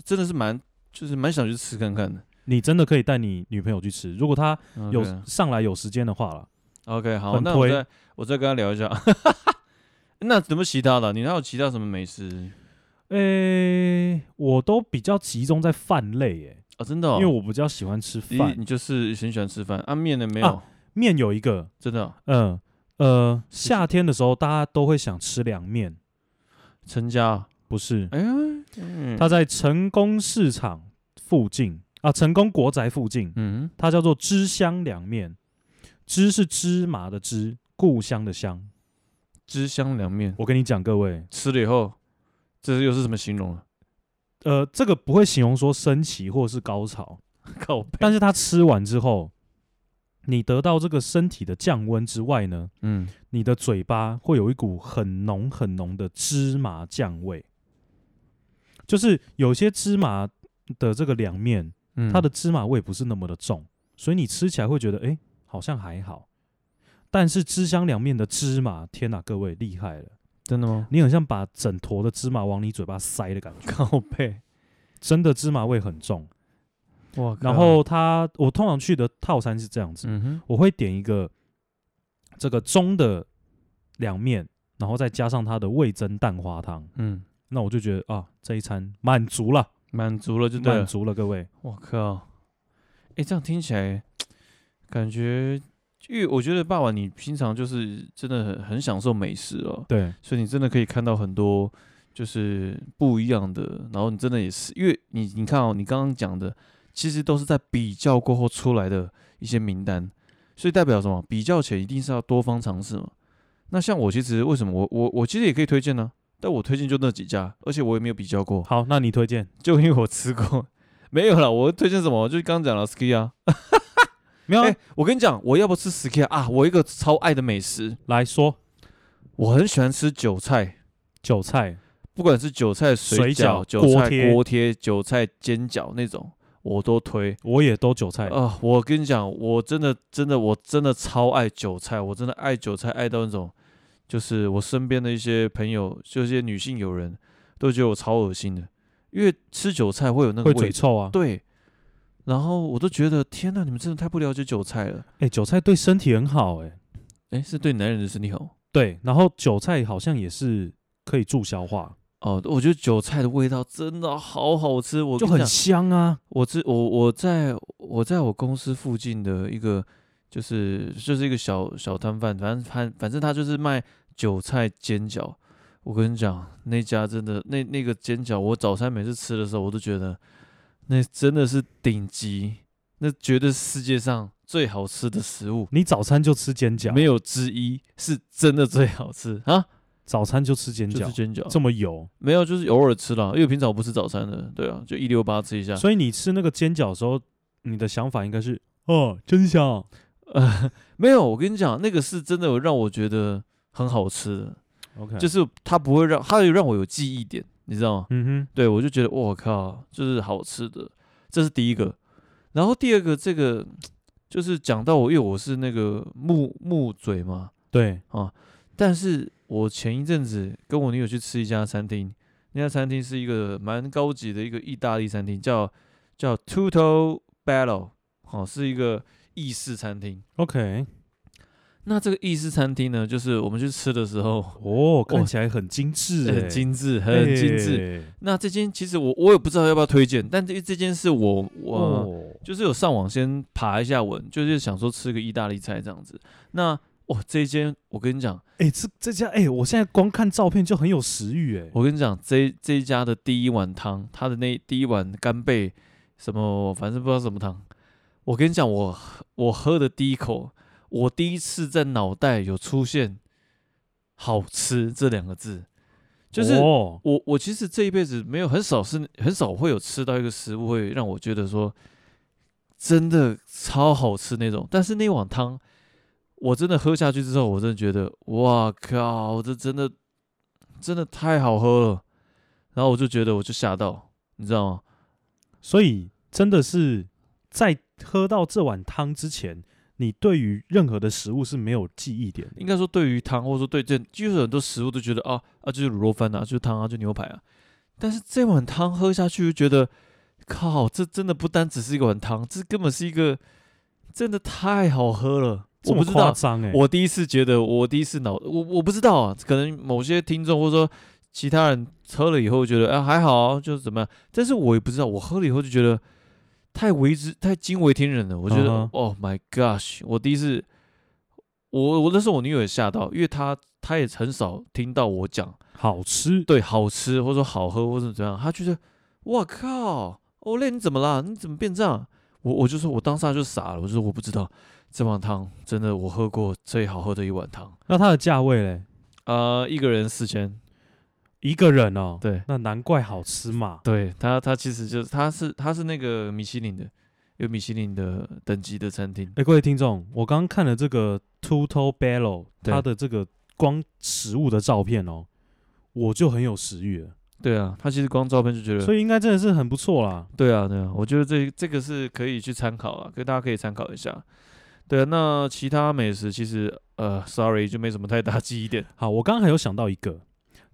[SPEAKER 1] 真的是蛮就是蛮想去吃看看的。
[SPEAKER 3] 你真的可以带你女朋友去吃，如果她有
[SPEAKER 1] OK
[SPEAKER 3] 上来有时间的话了。
[SPEAKER 1] OK，好，
[SPEAKER 3] 很
[SPEAKER 1] 那我
[SPEAKER 3] 推
[SPEAKER 1] 再我再跟他聊一下。 那怎么其他的？你还有其他什么美食
[SPEAKER 3] 诶、我都比较集中在饭类、诶，
[SPEAKER 1] 啊、真的、哦，
[SPEAKER 3] 因为我比较喜欢吃
[SPEAKER 1] 你
[SPEAKER 3] 饭。
[SPEAKER 1] 你就是很喜欢吃饭啊？面的没有，
[SPEAKER 3] 啊面有一个，
[SPEAKER 1] 真的哦、
[SPEAKER 3] 嗯呃，夏天的时候大家都会想吃凉面，
[SPEAKER 1] 陈家哦，
[SPEAKER 3] 不是？
[SPEAKER 1] 哎呀，嗯，
[SPEAKER 3] 它在成功市场附近啊，成功国宅附近，
[SPEAKER 1] 嗯，
[SPEAKER 3] 它叫做芝香凉面。芝是芝麻的芝，故乡的乡。
[SPEAKER 1] 芝香凉面
[SPEAKER 3] 我跟你讲，各位，
[SPEAKER 1] 吃了以后，这又是什么形容啊了？
[SPEAKER 3] 呃，这个不会形容说升旗或是高潮，
[SPEAKER 1] 靠背，
[SPEAKER 3] 但是它吃完之后，你得到这个身体的降温之外呢，
[SPEAKER 1] 嗯，
[SPEAKER 3] 你的嘴巴会有一股很浓很浓的芝麻酱味，就是有些芝麻的这个凉面，
[SPEAKER 1] 嗯
[SPEAKER 3] 它的芝麻味不是那么的重，所以你吃起来会觉得，哎、好像还好。但是芝香凉面的芝麻，天哪、各位厉害了！
[SPEAKER 1] 真的吗？
[SPEAKER 3] 你很像把整坨的芝麻往你嘴巴塞的感觉，
[SPEAKER 1] 靠背，
[SPEAKER 3] 真的芝麻味很重。
[SPEAKER 1] 哇，
[SPEAKER 3] 然后它，我通常去的套餐是这样子，
[SPEAKER 1] 嗯哼，
[SPEAKER 3] 我会点一个这个中的凉面，然后再加上它的味增蛋花汤，
[SPEAKER 1] 嗯，
[SPEAKER 3] 那我就觉得啊，这一餐满足了，
[SPEAKER 1] 满足了就对
[SPEAKER 3] 满
[SPEAKER 1] 了。
[SPEAKER 3] 足了，各位。
[SPEAKER 1] 我靠，哎、这样听起来感觉，因为我觉得爸爸你平常就是真的很很享受美食哦，
[SPEAKER 3] 对，
[SPEAKER 1] 所以你真的可以看到很多就是不一样的，然后你真的也是，因为你你看哦，你刚刚讲的其实都是在比较过后出来的一些名单，所以代表什么？比较前一定是要多方尝试嘛。那像我其实为什么我我我其实也可以推荐呢、但我推荐就那几家，而且我也没有比较过，
[SPEAKER 3] 好，那你推荐？
[SPEAKER 1] 就因为我吃过，哎没有啦，我推荐什么？就是刚刚讲了 ski 啊，
[SPEAKER 3] 没有啊、
[SPEAKER 1] 哎、我跟你讲，我要不吃 ski 啊啊，我一个超爱的美食，
[SPEAKER 3] 来说
[SPEAKER 1] 我很喜欢吃韭菜，
[SPEAKER 3] 韭菜，
[SPEAKER 1] 不管是韭菜水
[SPEAKER 3] 水
[SPEAKER 1] 饺、
[SPEAKER 3] 饺
[SPEAKER 1] 韭菜
[SPEAKER 3] 锅贴
[SPEAKER 1] 锅贴、韭菜煎饺那种，我都推。
[SPEAKER 3] 我也都韭菜。
[SPEAKER 1] 啊、我跟你讲，我真的真的我真的超爱韭菜，我真的爱韭菜爱到那种，就是我身边的一些朋友，就一些女性友人，都觉得我超恶心的，因为吃韭菜会有那个
[SPEAKER 3] 会
[SPEAKER 1] 味
[SPEAKER 3] 嘴臭啊！
[SPEAKER 1] 对，然后我都觉得天呐，你们真的太不了解韭菜了。
[SPEAKER 3] 哎、韭菜对身体很好、哎，
[SPEAKER 1] 哎，是对男人的身体好
[SPEAKER 3] 对，然后韭菜好像也是可以助消化，
[SPEAKER 1] 哦。我觉得韭菜的味道真的好好吃，我
[SPEAKER 3] 就
[SPEAKER 1] 跟你
[SPEAKER 3] 很
[SPEAKER 1] 讲
[SPEAKER 3] 香啊。
[SPEAKER 1] 我之我我在我在我公司附近的一个就是就是一个小小摊贩，反正反反正他就是卖韭菜煎饺。我跟你讲，那家真的那那个煎饺，我早餐每次吃的时候，我都觉得那真的是顶级，那绝对是世界上最好吃的食物。
[SPEAKER 3] 你早餐就吃煎饺，
[SPEAKER 1] 没有之一，是真的最好吃啊！
[SPEAKER 3] 早餐就吃煎
[SPEAKER 1] 就是
[SPEAKER 3] 饺，
[SPEAKER 1] 煎饺，
[SPEAKER 3] 这么油。
[SPEAKER 1] 没有就是偶尔吃啦，因为平常我不吃早餐的，对啊，就一六八吃一下。
[SPEAKER 3] 所以你吃那个煎饺的时候，你的想法应该是哦，真香。
[SPEAKER 1] 呃， 没有，我跟你讲，那个是真的有让我觉得很好吃的，
[SPEAKER 3] OK，
[SPEAKER 1] 就是是它不会让它有让我有记忆点，你知道吗？
[SPEAKER 3] 嗯
[SPEAKER 1] 对我就觉得我靠，就是好吃的，这是第一个。然后第二个，这个就是讲到我，因为我是那个木木嘴嘛，啊
[SPEAKER 3] 哼，对，
[SPEAKER 1] 但是我前一阵子跟我女友去吃一家餐厅，那家餐厅是一个蛮高级的一个意大利餐厅，叫叫 Tutto Bello，哦，是一个意式餐厅。
[SPEAKER 3] OK，
[SPEAKER 1] 那这个意式餐厅呢，就是我们去吃的时候，
[SPEAKER 3] 哦，看起来很精致、欸，
[SPEAKER 1] 很精致，哎很精致。
[SPEAKER 3] 欸
[SPEAKER 1] 那这间其实我我也不知道要不要推荐，但这这间是我我、
[SPEAKER 3] 哦，
[SPEAKER 1] 就是有上网先爬一下文，就是想说吃个意大利菜这样子。那哇，这一间我跟你讲，
[SPEAKER 3] 哎、这这家哎、我现在光看照片就很有食欲哎、
[SPEAKER 1] 我跟你讲，这一这一家的第一碗汤，它的那第一碗干贝什么，反正不知道什么汤。我跟你讲，我我喝的第一口，我第一次在脑袋有出现“好吃”这两个字，就是
[SPEAKER 3] 哦，
[SPEAKER 1] 我我其实这一辈子没有很少是很少会有吃到一个食物会让我觉得说真的超好吃那种，但是那碗汤我真的喝下去之后，我真的觉得哇靠，这真的真的太好喝了，然后我就觉得我就吓到，你知道吗？
[SPEAKER 3] 所以真的是在喝到这碗汤之前，你对于任何的食物是没有记忆点的。
[SPEAKER 1] 应该说对于汤或者说对这就是很多食物都觉得啊啊就是卤肉饭啊，就是汤啊，就牛排啊，但是这碗汤喝下去就觉得，靠，这真的不单只是一碗汤，这根本是一个真的太好喝了。
[SPEAKER 3] 这
[SPEAKER 1] 我
[SPEAKER 3] 么
[SPEAKER 1] 不知道
[SPEAKER 3] 夸，张哎，
[SPEAKER 1] 我第一次觉得，我第一次脑，我我不知道啊，可能某些听众或者说其他人喝了以后觉得，啊还好啊、就是怎么样，但是我也不知道，我喝了以后就觉得太为之太惊为天人了，我觉得、
[SPEAKER 3] 嗯哼
[SPEAKER 1] o h my gosh，我第一次，我我那时候我女友也吓到，因为她她也很少听到我讲
[SPEAKER 3] 好吃，
[SPEAKER 1] 对好吃或者说好喝或者怎样，她觉得，我靠，欧雷你怎么啦？你怎么变这样？我我就说我当下就傻了，我就说我不知道。这碗汤真的，我喝过最好喝的一碗汤。
[SPEAKER 3] 那它的价位嘞？
[SPEAKER 1] 呃，一个人四千，
[SPEAKER 3] 一个人哦，
[SPEAKER 1] 对
[SPEAKER 3] 那难怪好吃嘛。
[SPEAKER 1] 对，他他其实就是他是他是那个米其林的，有米其林的等级的餐厅
[SPEAKER 3] 哎、，各位听众，我刚刚看了这个 Tuto Bello
[SPEAKER 1] 对
[SPEAKER 3] 它的这个光食物的照片哦，我就很有食欲了，
[SPEAKER 1] 对啊，他其实光照片就觉得，
[SPEAKER 3] 所以应该真的是很不错啦。
[SPEAKER 1] 对啊对啊，我觉得这这个是可以去参考啊，跟大家可以参考一下。对啊，那其他美食其实呃，sorry 就没什么太大 记忆点。
[SPEAKER 3] 好，我刚刚还有想到一个，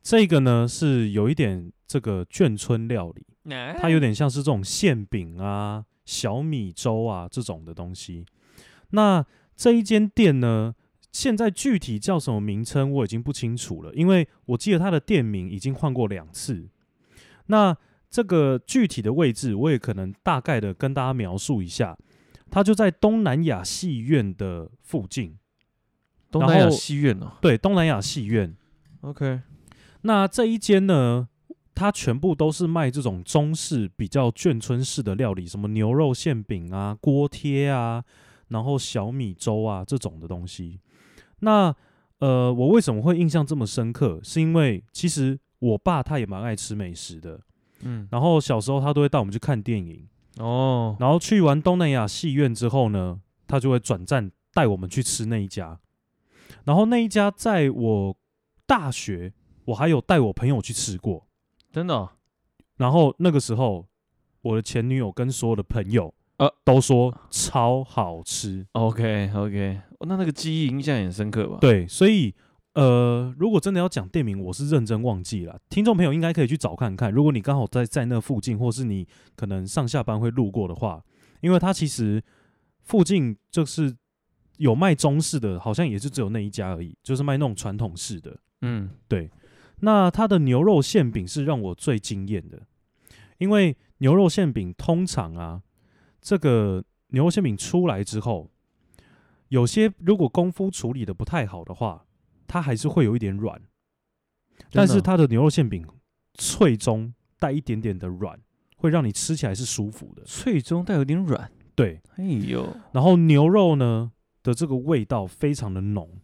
[SPEAKER 3] 这个呢是有一点这个眷村料理，
[SPEAKER 2] 哎
[SPEAKER 3] 它有点像是这种馅饼啊、小米粥啊这种的东西。那这一间店呢，现在具体叫什么名称我已经不清楚了，因为我记得它的店名已经换过两次。那这个具体的位置，我也可能大概的跟大家描述一下，它就在东南亚戏院的附近，
[SPEAKER 1] 东南亚
[SPEAKER 3] 然后
[SPEAKER 1] 戏院哦
[SPEAKER 3] 对，东南亚戏院。
[SPEAKER 1] ，OK，
[SPEAKER 3] 那这一间呢，它全部都是卖这种中式比较眷村式的料理，什么牛肉馅饼啊、锅贴啊，然后小米粥啊这种的东西。那呃，我为什么会印象这么深刻？是因为其实我爸他也蛮爱吃美食的，
[SPEAKER 1] 嗯，
[SPEAKER 3] 然后小时候他都会带我们去看电影，
[SPEAKER 1] 哦，
[SPEAKER 3] 然后去完东南亚戏院之后呢，他就会转站带我们去吃那一家。然后那一家在我大学，我还有带我朋友去吃过。
[SPEAKER 1] 真的哦、
[SPEAKER 3] 然后那个时候，我的前女友跟所有的朋友
[SPEAKER 1] 呃
[SPEAKER 3] 都说超好吃。
[SPEAKER 1] OK OK，那哦那个记忆印象也很深刻吧？，
[SPEAKER 3] 对，所以呃，如果真的要讲店名，我是认真忘记了。听众朋友应该可以去找看看，如果你刚好在在那附近，或是你可能上下班会路过的话，因为它其实附近就是有卖中式的，好像也是只有那一家而已，就是卖那种传统式的。
[SPEAKER 1] 嗯，
[SPEAKER 3] 那它的牛肉馅饼是让我最惊艳的，因为牛肉馅饼通常啊，这个牛肉馅饼出来之后，有些如果功夫处理的不太好的话，它还是会有一点软，但
[SPEAKER 1] 真
[SPEAKER 3] 是
[SPEAKER 1] 的
[SPEAKER 3] 它的牛肉馅饼脆中带一点点的软，会让你吃起来是舒服的。
[SPEAKER 1] 脆中带有点软，
[SPEAKER 3] 对，
[SPEAKER 1] 哎呦，
[SPEAKER 3] 然后牛肉呢的这个味道非常的浓，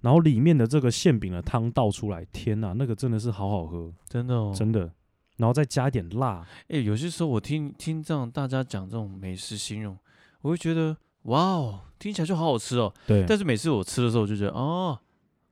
[SPEAKER 3] 然后里面的这个馅饼的汤倒出来，天呐，那个真的是好好喝。
[SPEAKER 1] 真的哦，
[SPEAKER 3] 真的。然后再加一点辣，
[SPEAKER 1] 哎、有些时候我听听这样大家讲这种美食形容，我会觉得哇哦，听起来就好好吃哦。
[SPEAKER 3] 对
[SPEAKER 1] 但是每次我吃的时候，我就觉得哦，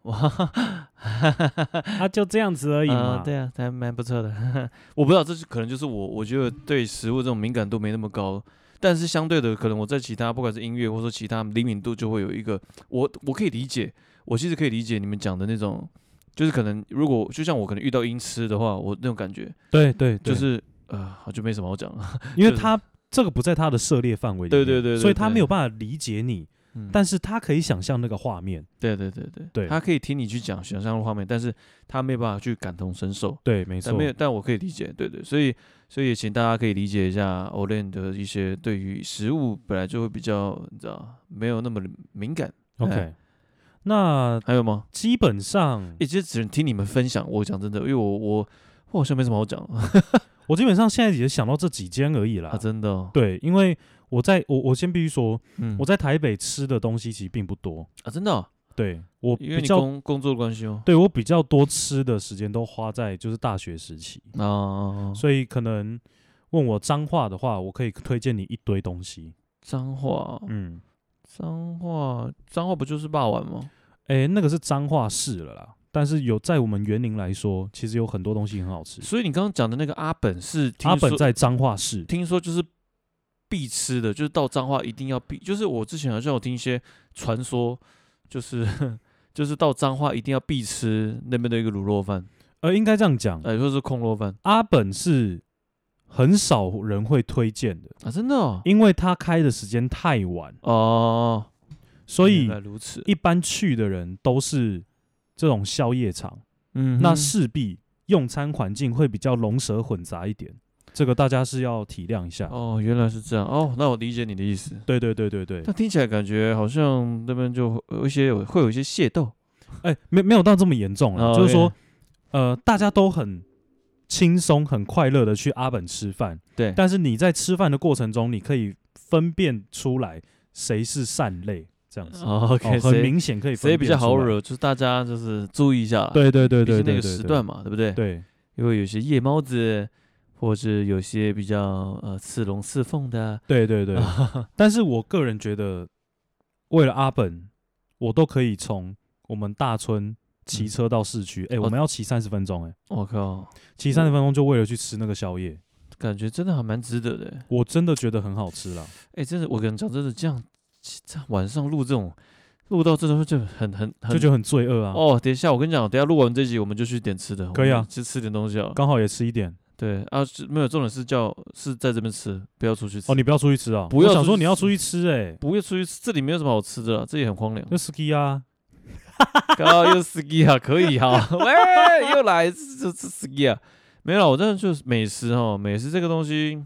[SPEAKER 1] 哇，
[SPEAKER 3] 它就这样子而
[SPEAKER 1] 呃对啊，还蛮不错的。 我不知道，这是可能就是我，我觉得对食物这种敏感度没那么高，但是相对的，可能我在其他不管是音乐或者说其他灵敏度就会有一个，我我可以理解，我其实可以理解你们讲的那种，就是可能如果就像我可能遇到音痴的话，我那种感觉
[SPEAKER 3] 对对
[SPEAKER 1] 就是呃，好就没什么好讲了。
[SPEAKER 3] 因为
[SPEAKER 1] 就是
[SPEAKER 3] 它这个不在他的涉猎范围里
[SPEAKER 1] 对
[SPEAKER 3] 面，
[SPEAKER 1] 对对对
[SPEAKER 3] 所以他
[SPEAKER 1] 对
[SPEAKER 3] 没有办法理解你，
[SPEAKER 1] 嗯
[SPEAKER 3] 但是他可以想象那个画面，
[SPEAKER 1] 对对对对，
[SPEAKER 3] 对
[SPEAKER 1] 他可以听你去讲想象的画面，但是他没有办法去感同身受。
[SPEAKER 3] 对，没
[SPEAKER 1] 但
[SPEAKER 3] 错
[SPEAKER 1] 没，哎有，但我可以理解，对对，所以所以也请大家可以理解一下 Olen 的一些对于食物本来就会比较，你知道，没有那么敏感。
[SPEAKER 3] OK，那
[SPEAKER 1] 还有吗？
[SPEAKER 3] 基本上
[SPEAKER 1] 也、其实只能听你们分享。我讲真的，因为我我我好像没什么好讲啊，
[SPEAKER 3] 我基本上现在也想到这几间而已啦。
[SPEAKER 1] 真的、哦。
[SPEAKER 3] 对，因为我在我我先必须说，
[SPEAKER 1] 嗯，
[SPEAKER 3] 我在台北吃的东西其实并不多，
[SPEAKER 1] 啊，真的哦、
[SPEAKER 3] 对我
[SPEAKER 1] 因
[SPEAKER 3] 比
[SPEAKER 1] 为你
[SPEAKER 3] 较
[SPEAKER 1] 工工作的关系哦。
[SPEAKER 3] 对我比较多吃的时间都花在就是大学时期，
[SPEAKER 1] 啊啊，啊
[SPEAKER 3] 所以可能问我脏话的话，我可以推荐你一堆东西。
[SPEAKER 1] 脏话哦，
[SPEAKER 3] 嗯，
[SPEAKER 1] 脏话，脏话不就是霸王吗？
[SPEAKER 3] 诶，那个是脏话市了啦，但是有在我们园林来说，其实有很多东西很好吃。
[SPEAKER 1] 所以你刚刚讲的那个阿本是听
[SPEAKER 3] 阿本
[SPEAKER 1] 说
[SPEAKER 3] 在彰化市，
[SPEAKER 1] 听说就是必吃的，就是到彰化一定要必，就是我之前好像有听一些传说，就是 就是到彰化一定要必吃那边的一个卤肉饭，
[SPEAKER 3] 呃，应该这样讲，
[SPEAKER 1] 哎、或者是空肉饭
[SPEAKER 3] 阿本是很少人会推荐的，
[SPEAKER 1] 啊，真的哦，
[SPEAKER 3] 因为他开的时间太晚，
[SPEAKER 1] 哦，
[SPEAKER 3] 所以
[SPEAKER 1] 原来如此，
[SPEAKER 3] 一般去的人都是这种宵夜场，
[SPEAKER 1] 嗯
[SPEAKER 3] 那
[SPEAKER 1] 哼
[SPEAKER 3] 势必用餐环境会比较龙蛇混杂一点，这个大家是要体谅一下。
[SPEAKER 1] 哦，原来是这样哦，那我理解你的意思。
[SPEAKER 3] 对对对对对，
[SPEAKER 1] 但听起来感觉好像那边就有一些有会有一些械斗，
[SPEAKER 3] 哎、没没有到这么严重了，
[SPEAKER 1] 哦
[SPEAKER 3] 就是说
[SPEAKER 1] OK，
[SPEAKER 3] 呃，大家都很轻松、很快乐的去阿本吃饭，
[SPEAKER 1] 对，
[SPEAKER 3] 但是你在吃饭的过程中，你可以分辨出来谁是善类，这样子，
[SPEAKER 1] 哦，OK，
[SPEAKER 3] 哦很
[SPEAKER 1] 谁
[SPEAKER 3] 明显可以分
[SPEAKER 1] 谁
[SPEAKER 3] 辨
[SPEAKER 1] 比较好
[SPEAKER 3] 出来。
[SPEAKER 1] 惹，就是大家就是注意一下啦，
[SPEAKER 3] 对对对
[SPEAKER 1] 毕
[SPEAKER 3] 对
[SPEAKER 1] 竟
[SPEAKER 3] 对，
[SPEAKER 1] 那个时段嘛，对不对？
[SPEAKER 3] 对，
[SPEAKER 1] 因为有些夜猫子，或是有些比较呃刺龙刺凤的，啊
[SPEAKER 3] 对对 对对。但是我个人觉得，为了阿本，我都可以从我们大村骑车到市区，哎、
[SPEAKER 1] 哦
[SPEAKER 3] 我们要骑三十分钟、哎，
[SPEAKER 1] 我靠，
[SPEAKER 3] 骑三十分钟就为了去吃那个宵夜，
[SPEAKER 1] 感觉真的还蛮值得的。
[SPEAKER 3] 我真的觉得很好吃啦。
[SPEAKER 1] 哎，真的，我跟你讲，真的这样，这样晚上录这种，录到这种就很很很
[SPEAKER 3] 就觉得很罪恶啊。
[SPEAKER 1] 哦。等一下，我跟你讲，等一下录完这集，我们就去点吃的，
[SPEAKER 3] 可以啊
[SPEAKER 1] 我们去吃点东西啊。
[SPEAKER 3] 刚好也吃一点
[SPEAKER 1] 对啊，是没有重点是叫是在这边吃，不要出去吃。
[SPEAKER 3] 哦，你不要出去吃啊！
[SPEAKER 1] 不要
[SPEAKER 3] 我想
[SPEAKER 1] 出去
[SPEAKER 3] 说
[SPEAKER 1] 吃
[SPEAKER 3] 你要出去吃哎、
[SPEAKER 1] 不要出去吃，这里没有什么好吃的啦，这里很荒凉。
[SPEAKER 3] 那 ski 啊，
[SPEAKER 1] 高又 ski 啊，可以哈，喂，又来这这 ski 啊，没有啦，我真的就是美食哈，美食这个东西，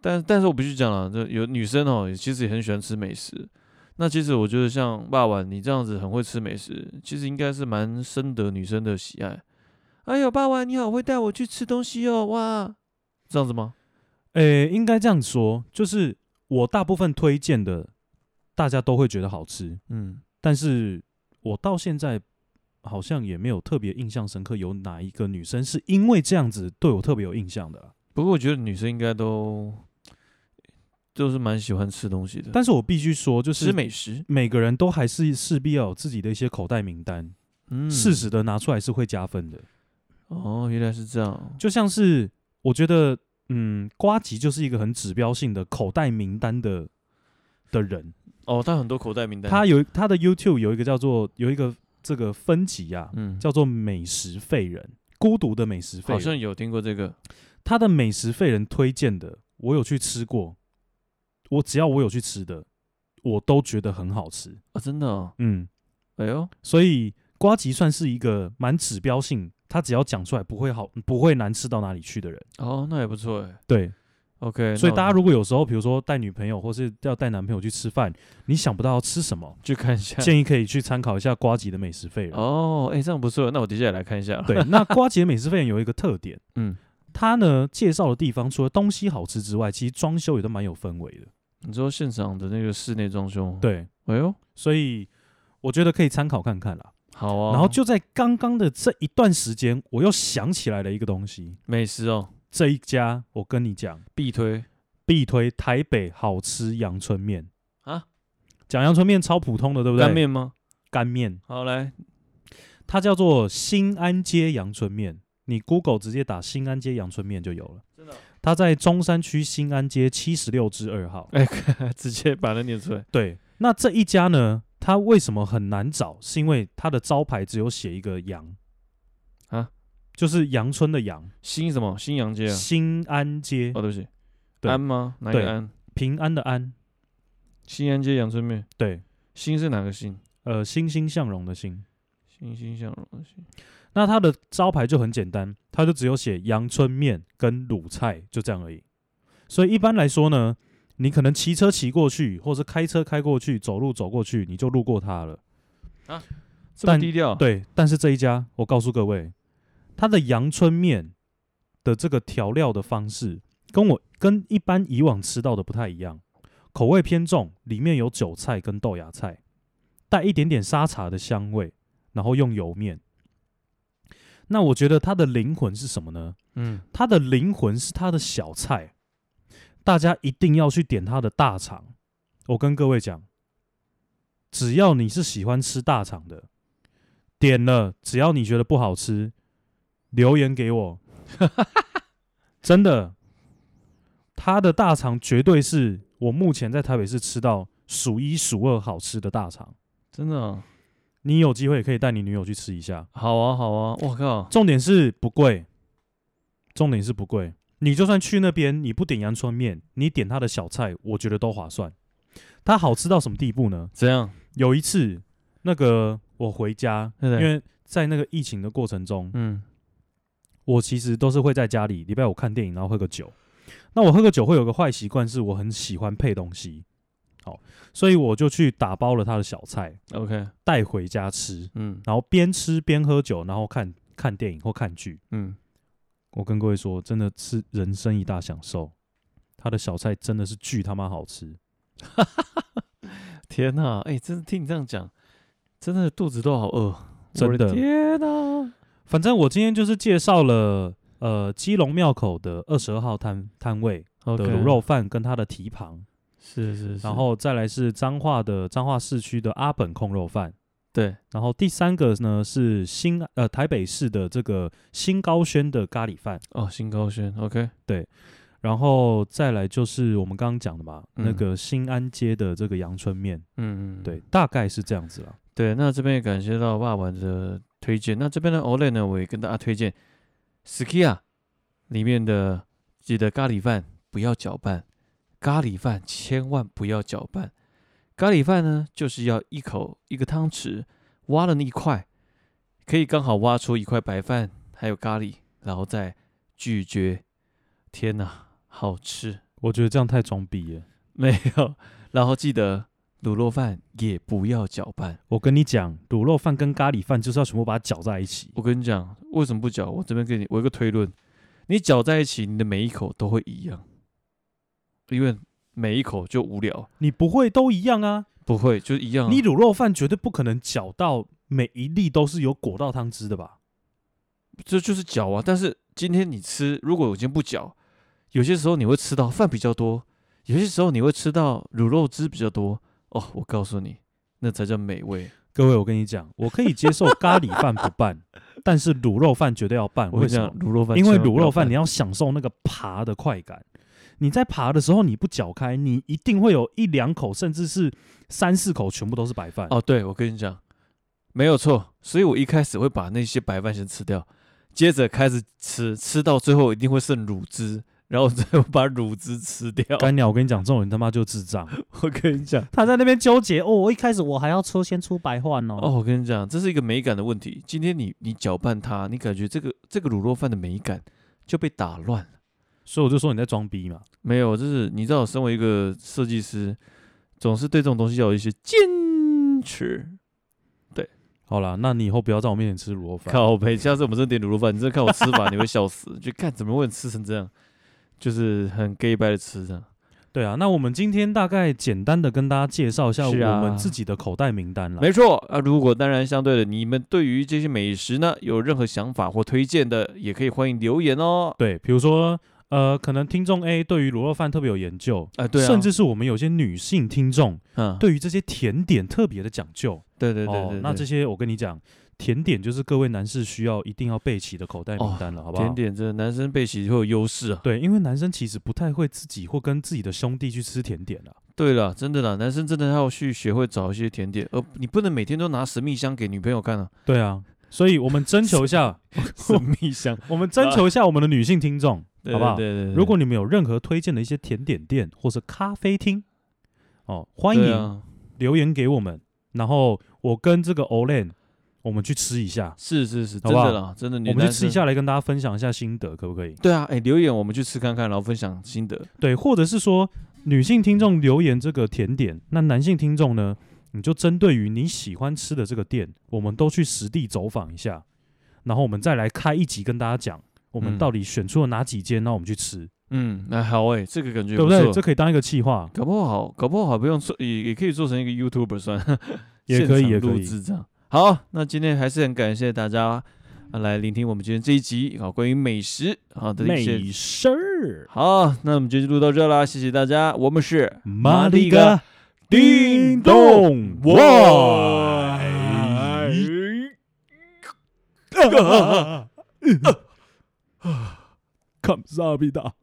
[SPEAKER 1] 但但是我必须讲了，这有女生哦，其实也很喜欢吃美食。那其实我觉得像爸爸你这样子很会吃美食，其实应该是蛮深得女生的喜爱。哎呦，爸爸你好会带我去吃东西哦，哇，这样子吗？
[SPEAKER 3] 哎、应该这样说，就是我大部分推荐的，大家都会觉得好吃，
[SPEAKER 1] 嗯，
[SPEAKER 3] 但是我到现在好像也没有特别印象深刻，有哪一个女生是因为这样子对我特别有印象的啦。啊
[SPEAKER 1] 不过我觉得女生应该都都是蛮喜欢吃东西的，
[SPEAKER 3] 但是我必须说，就
[SPEAKER 1] 吃
[SPEAKER 3] 是
[SPEAKER 1] 美食，
[SPEAKER 3] 每个人都还是势必要有自己的一些口袋名单，
[SPEAKER 1] 嗯，
[SPEAKER 3] 适时的拿出来是会加分的。
[SPEAKER 1] 哦，原来是这样。
[SPEAKER 3] 就像是我觉得，嗯，瓜吉就是一个很指标性的口袋名单的的人。
[SPEAKER 1] 哦，他很多口袋名单。
[SPEAKER 3] 他有他的 YouTube 有一个叫做有一个这个分级啊，
[SPEAKER 1] 嗯，
[SPEAKER 3] 叫做美食废人，孤独的美食
[SPEAKER 1] 好
[SPEAKER 3] 废人。
[SPEAKER 1] 像有听过这个。
[SPEAKER 3] 他的美食废人推荐的，我有去吃过，我只要我有去吃的，我都觉得很好吃。
[SPEAKER 1] 啊，真的、哦，
[SPEAKER 3] 嗯，
[SPEAKER 1] 哎呦，
[SPEAKER 3] 所以瓜吉算是一个蛮指标性，他只要讲出来不会好不会难吃到哪里去的人。
[SPEAKER 1] 哦，那也不错哎。
[SPEAKER 3] 对，
[SPEAKER 1] OK，
[SPEAKER 3] 所以
[SPEAKER 1] 那我
[SPEAKER 3] 大家如果有时候，比如说带女朋友或是要带男朋友去吃饭，你想不到要吃 什么，
[SPEAKER 1] 去看一下。
[SPEAKER 3] 建议可以去参考一下瓜吉的美食废人。
[SPEAKER 1] 哦，哎，这样不错，那我底下也来看一下。，
[SPEAKER 3] 对，那瓜吉的美食废人有一个特点，
[SPEAKER 1] 嗯，
[SPEAKER 3] 他呢介绍的地方除了东西好吃之外，其实装修也都蛮有氛围的。
[SPEAKER 1] 你说现场的那个室内装修，，
[SPEAKER 3] 对，
[SPEAKER 1] 哎呦，
[SPEAKER 3] 所以我觉得可以参考看看啦。
[SPEAKER 1] 好啊。
[SPEAKER 3] 然后就在刚刚的这一段时间，我又想起来了一个东西，
[SPEAKER 1] 美食哦，
[SPEAKER 3] 这一家我跟你讲，
[SPEAKER 1] 必推
[SPEAKER 3] 必推台北好吃阳春面
[SPEAKER 1] 啊。
[SPEAKER 3] 讲阳春面超普通的，对不对？
[SPEAKER 1] 干面吗？
[SPEAKER 3] 干面，
[SPEAKER 1] 好 来，
[SPEAKER 3] 它叫做新安街阳春面，你 Google 直接打新安街阳春面就有了。
[SPEAKER 1] 真的哦，
[SPEAKER 3] 它在中山区新安街七十六至二号。
[SPEAKER 1] 哎，直接把它念出来。
[SPEAKER 3] 对，那这一家呢，它为什么很难找？是因为它的招牌只有写一个阳
[SPEAKER 1] 啊，
[SPEAKER 3] 就是阳春的阳，
[SPEAKER 1] 新什么？新阳街啊？
[SPEAKER 3] 新安街。
[SPEAKER 1] 哦，对不起，
[SPEAKER 3] 对
[SPEAKER 1] 安吗？哪个
[SPEAKER 3] 对
[SPEAKER 1] 安？
[SPEAKER 3] 平安的安，
[SPEAKER 1] 新安街阳春面，
[SPEAKER 3] 对，
[SPEAKER 1] 新是哪个新？
[SPEAKER 3] 呃，欣欣向荣的欣。
[SPEAKER 1] 欣欣向荣的欣。
[SPEAKER 3] 那它的招牌就很简单，它就只有写阳春面跟卤菜，就这样而已。所以一般来说呢，你可能骑车骑过去，或者开车开过去，走路走过去，你就路过它了。
[SPEAKER 1] 这么
[SPEAKER 3] 但
[SPEAKER 1] 低调，，啊
[SPEAKER 3] 对，但是这一家，我告诉各位，它的阳春面的这个调料的方式，跟我跟一般以往吃到的不太一样，口味偏重，里面有韭菜跟豆芽菜，带一点点沙茶的香味，然后用油面。那我觉得它的灵魂是什么呢？
[SPEAKER 1] 嗯，
[SPEAKER 3] 它的灵魂是它的小菜，大家一定要去点它的大肠。我跟各位讲，只要你是喜欢吃大肠的，点了，只要你觉得不好吃，留言给我， 真的，它的大肠绝对是我目前在台北市吃到数一数二好吃的大肠。
[SPEAKER 1] 真的啊，
[SPEAKER 3] 你有机会也可以带你女友去吃一下，
[SPEAKER 1] 好啊，好啊，我靠，
[SPEAKER 3] 重点是不贵，重点是不贵。你就算去那边，你不点阳春面，你点他的小菜，我觉得都划算。它好吃到什么地步呢？
[SPEAKER 1] 怎样？
[SPEAKER 3] 有一次，那个我回家，
[SPEAKER 1] 对
[SPEAKER 3] 因
[SPEAKER 1] 不对
[SPEAKER 3] 为在那个疫情的过程中，
[SPEAKER 1] 嗯，
[SPEAKER 3] 我其实都是会在家里礼拜五看电影，然后喝个酒。那我喝个酒会有个坏习惯，是我很喜欢配东西，好，所以我就去打包了他的小菜
[SPEAKER 1] OK，
[SPEAKER 3] 带回家吃，
[SPEAKER 1] 嗯
[SPEAKER 3] 然后边吃边喝酒，然后看看电影或看剧。
[SPEAKER 1] 嗯，
[SPEAKER 3] 我跟各位说，真的是人生一大享受。他的小菜真的是巨他妈好吃，
[SPEAKER 1] 天哪、哎、真的听你这样讲，真的肚子都好饿，
[SPEAKER 3] 真
[SPEAKER 1] 我
[SPEAKER 3] 的
[SPEAKER 1] 的天哪、
[SPEAKER 3] 反正我今天就是介绍了呃基隆庙口的二十二号摊摊位
[SPEAKER 1] 好
[SPEAKER 3] 的卤肉饭跟它的蹄膀，
[SPEAKER 1] 是是是，
[SPEAKER 3] 然后再来是彰化的彰化市区的阿本控肉饭，
[SPEAKER 1] 对，
[SPEAKER 3] 然后第三个呢是新呃台北市的这个新高轩的咖喱饭，
[SPEAKER 1] 哦，新高轩，OK，
[SPEAKER 3] 然后再来就是我们刚刚讲的嘛，
[SPEAKER 1] 嗯
[SPEAKER 3] 那个新安街的这个阳春面，
[SPEAKER 1] 嗯嗯，
[SPEAKER 3] 对，大概是这样子啦。
[SPEAKER 1] 对，那这边也感谢到爸爸的推荐。那这边的 Olay 呢，我也跟大家推荐 Skia 里面的记得咖喱饭不要搅拌，咖喱饭千万不要搅拌。咖喱饭呢，就是要一口一个汤匙挖了那一块，可以刚好挖出一块白饭，还有咖喱，然后再咀嚼。天哪，好吃！
[SPEAKER 3] 我觉得这样太装逼了。
[SPEAKER 1] 没有，然后记得卤肉饭也不要搅拌。
[SPEAKER 3] 我跟你讲，卤肉饭跟咖喱饭就是要全部把它搅在一起。
[SPEAKER 1] 我跟你讲，为什么不搅？我这边给你，我有个推论，你搅在一起，你的每一口都会一样，因为每一口就无聊，
[SPEAKER 3] 你不会都一样啊？
[SPEAKER 1] 不会就一
[SPEAKER 2] 嗯
[SPEAKER 1] 样啊、
[SPEAKER 3] 你卤肉饭绝对不可能搅到每一粒都是有果到汤汁的吧？
[SPEAKER 1] 这就是搅啊。但是今天你吃，如果我今天不搅，有些时候你会吃到饭比较多，有些时候你会吃到卤肉汁比较多。哦，我告诉你，那才叫美味。
[SPEAKER 3] 各位，我跟你讲，我可以接受咖喱饭不 拌，但是卤肉饭绝对要拌。
[SPEAKER 1] 我
[SPEAKER 3] 为
[SPEAKER 1] 跟你
[SPEAKER 3] 什
[SPEAKER 1] 讲，
[SPEAKER 3] 么？
[SPEAKER 1] 卤肉饭
[SPEAKER 3] 因
[SPEAKER 1] 千
[SPEAKER 3] 为
[SPEAKER 1] 万不
[SPEAKER 3] 卤肉饭
[SPEAKER 1] 拌
[SPEAKER 3] 你要享受那个爬的快感。你在爬的时候，你不搅开，你一定会有一两口，甚至是三四口，全部都是白饭。
[SPEAKER 1] 哦，对，我跟你讲，没有错。所以我一开始会把那些白饭先吃掉，接着开始吃，吃到最后一定会剩乳汁，然后再把乳汁吃掉。
[SPEAKER 3] 干鸟，我跟你讲，这种人他妈就智障。
[SPEAKER 1] 我跟你讲，
[SPEAKER 2] 他在那边纠结哦，我一开始我还要出先出白话呢。
[SPEAKER 1] 哦，我跟你讲，这是一个美感的问题。今天你你搅拌它，你感觉这个这个卤肉饭的美感就被打乱了。
[SPEAKER 3] 所以我就说你在装逼嘛。
[SPEAKER 1] 没有，就是你知道，身为一个设计师，总是对这种东西要有一些坚持。
[SPEAKER 3] 好啦，那你以后不要在我面前吃卤肉饭。
[SPEAKER 1] 靠背，下次我们真的点卤肉饭，你真的看我吃法，你会笑死。就看怎么会吃成这样，就是很 gay 掰的吃这样。
[SPEAKER 3] 对啊，那我们今天大概简单的跟大家介绍一下我
[SPEAKER 1] 是啊
[SPEAKER 3] 们自己的口袋名单啦。
[SPEAKER 1] 没错啊，如果当然相对的，你们对于这些美食呢有任何想法或推荐的，也可以欢迎留言哦。
[SPEAKER 3] 对，比如说呃，可能听众 A 对于卤肉饭特别有研究，
[SPEAKER 1] 啊，对啊，
[SPEAKER 3] 甚至是我们有些女性听众
[SPEAKER 1] 嗯，
[SPEAKER 3] 对于这些甜点特别的讲究。
[SPEAKER 1] 对对对对
[SPEAKER 3] 哦，那这
[SPEAKER 1] 些
[SPEAKER 3] 些我跟你讲，甜点就是各位男士需要一定要备齐的口袋名单了，好不好？
[SPEAKER 1] 哦甜点真的男生背起会有优势啊。
[SPEAKER 3] 对，因为男生其实不太会自己或跟自己的兄弟去吃甜点啊啦。
[SPEAKER 1] 对了，真的啦，男生真的要去学会找一些甜点，而你不能每天都拿神秘箱给女朋友看 啊。
[SPEAKER 3] 对啊，所以我们征求一下，
[SPEAKER 1] 神秘箱，
[SPEAKER 3] 我们征求一下我们的女性听众，
[SPEAKER 1] 对
[SPEAKER 3] 好不好
[SPEAKER 1] 对 对对对
[SPEAKER 3] 如果你们有任何推荐的一些甜点店或是咖啡厅，哦，欢
[SPEAKER 1] 对
[SPEAKER 3] 迎
[SPEAKER 1] 啊
[SPEAKER 3] 留言给我们，然后我跟这个 Olen 我们去吃一下，
[SPEAKER 1] 是是是，
[SPEAKER 3] 好
[SPEAKER 1] 真
[SPEAKER 3] 不
[SPEAKER 1] 的
[SPEAKER 3] 好
[SPEAKER 1] 啦，真的，
[SPEAKER 3] 我
[SPEAKER 1] 我
[SPEAKER 3] 们去吃一。下来跟大家分享一下心得，可不可以？
[SPEAKER 1] 对啊，哎，留言我们去吃看看，然后分享心得。
[SPEAKER 3] 对，或者是说女性听众留言这个甜点，那男性听众呢，你就针对于你喜欢吃的这个店，我们都去实地走访一下，然后我们再来开一集跟大家讲，我们
[SPEAKER 1] 嗯
[SPEAKER 3] 到底选出了哪几间，那我们去吃，
[SPEAKER 1] 嗯，那好哎，这个感觉
[SPEAKER 3] 对不
[SPEAKER 1] 错
[SPEAKER 3] 对？这可以当一个计划，
[SPEAKER 1] 搞不好，搞不好不用做，也也可以做成一个 YouTuber 算，
[SPEAKER 3] 也可以
[SPEAKER 1] 现场
[SPEAKER 3] 也可以
[SPEAKER 1] 录制这样。好，那今天还是很感谢大家、啊、来聆听我们今天这一集啊，关于美食好的一些。
[SPEAKER 3] 美食儿，
[SPEAKER 1] 好，那我们今天就录到这啦，谢谢大家，我们是
[SPEAKER 3] 马里嘎叮咚哇！哎
[SPEAKER 1] 哎
[SPEAKER 3] 看萨比达。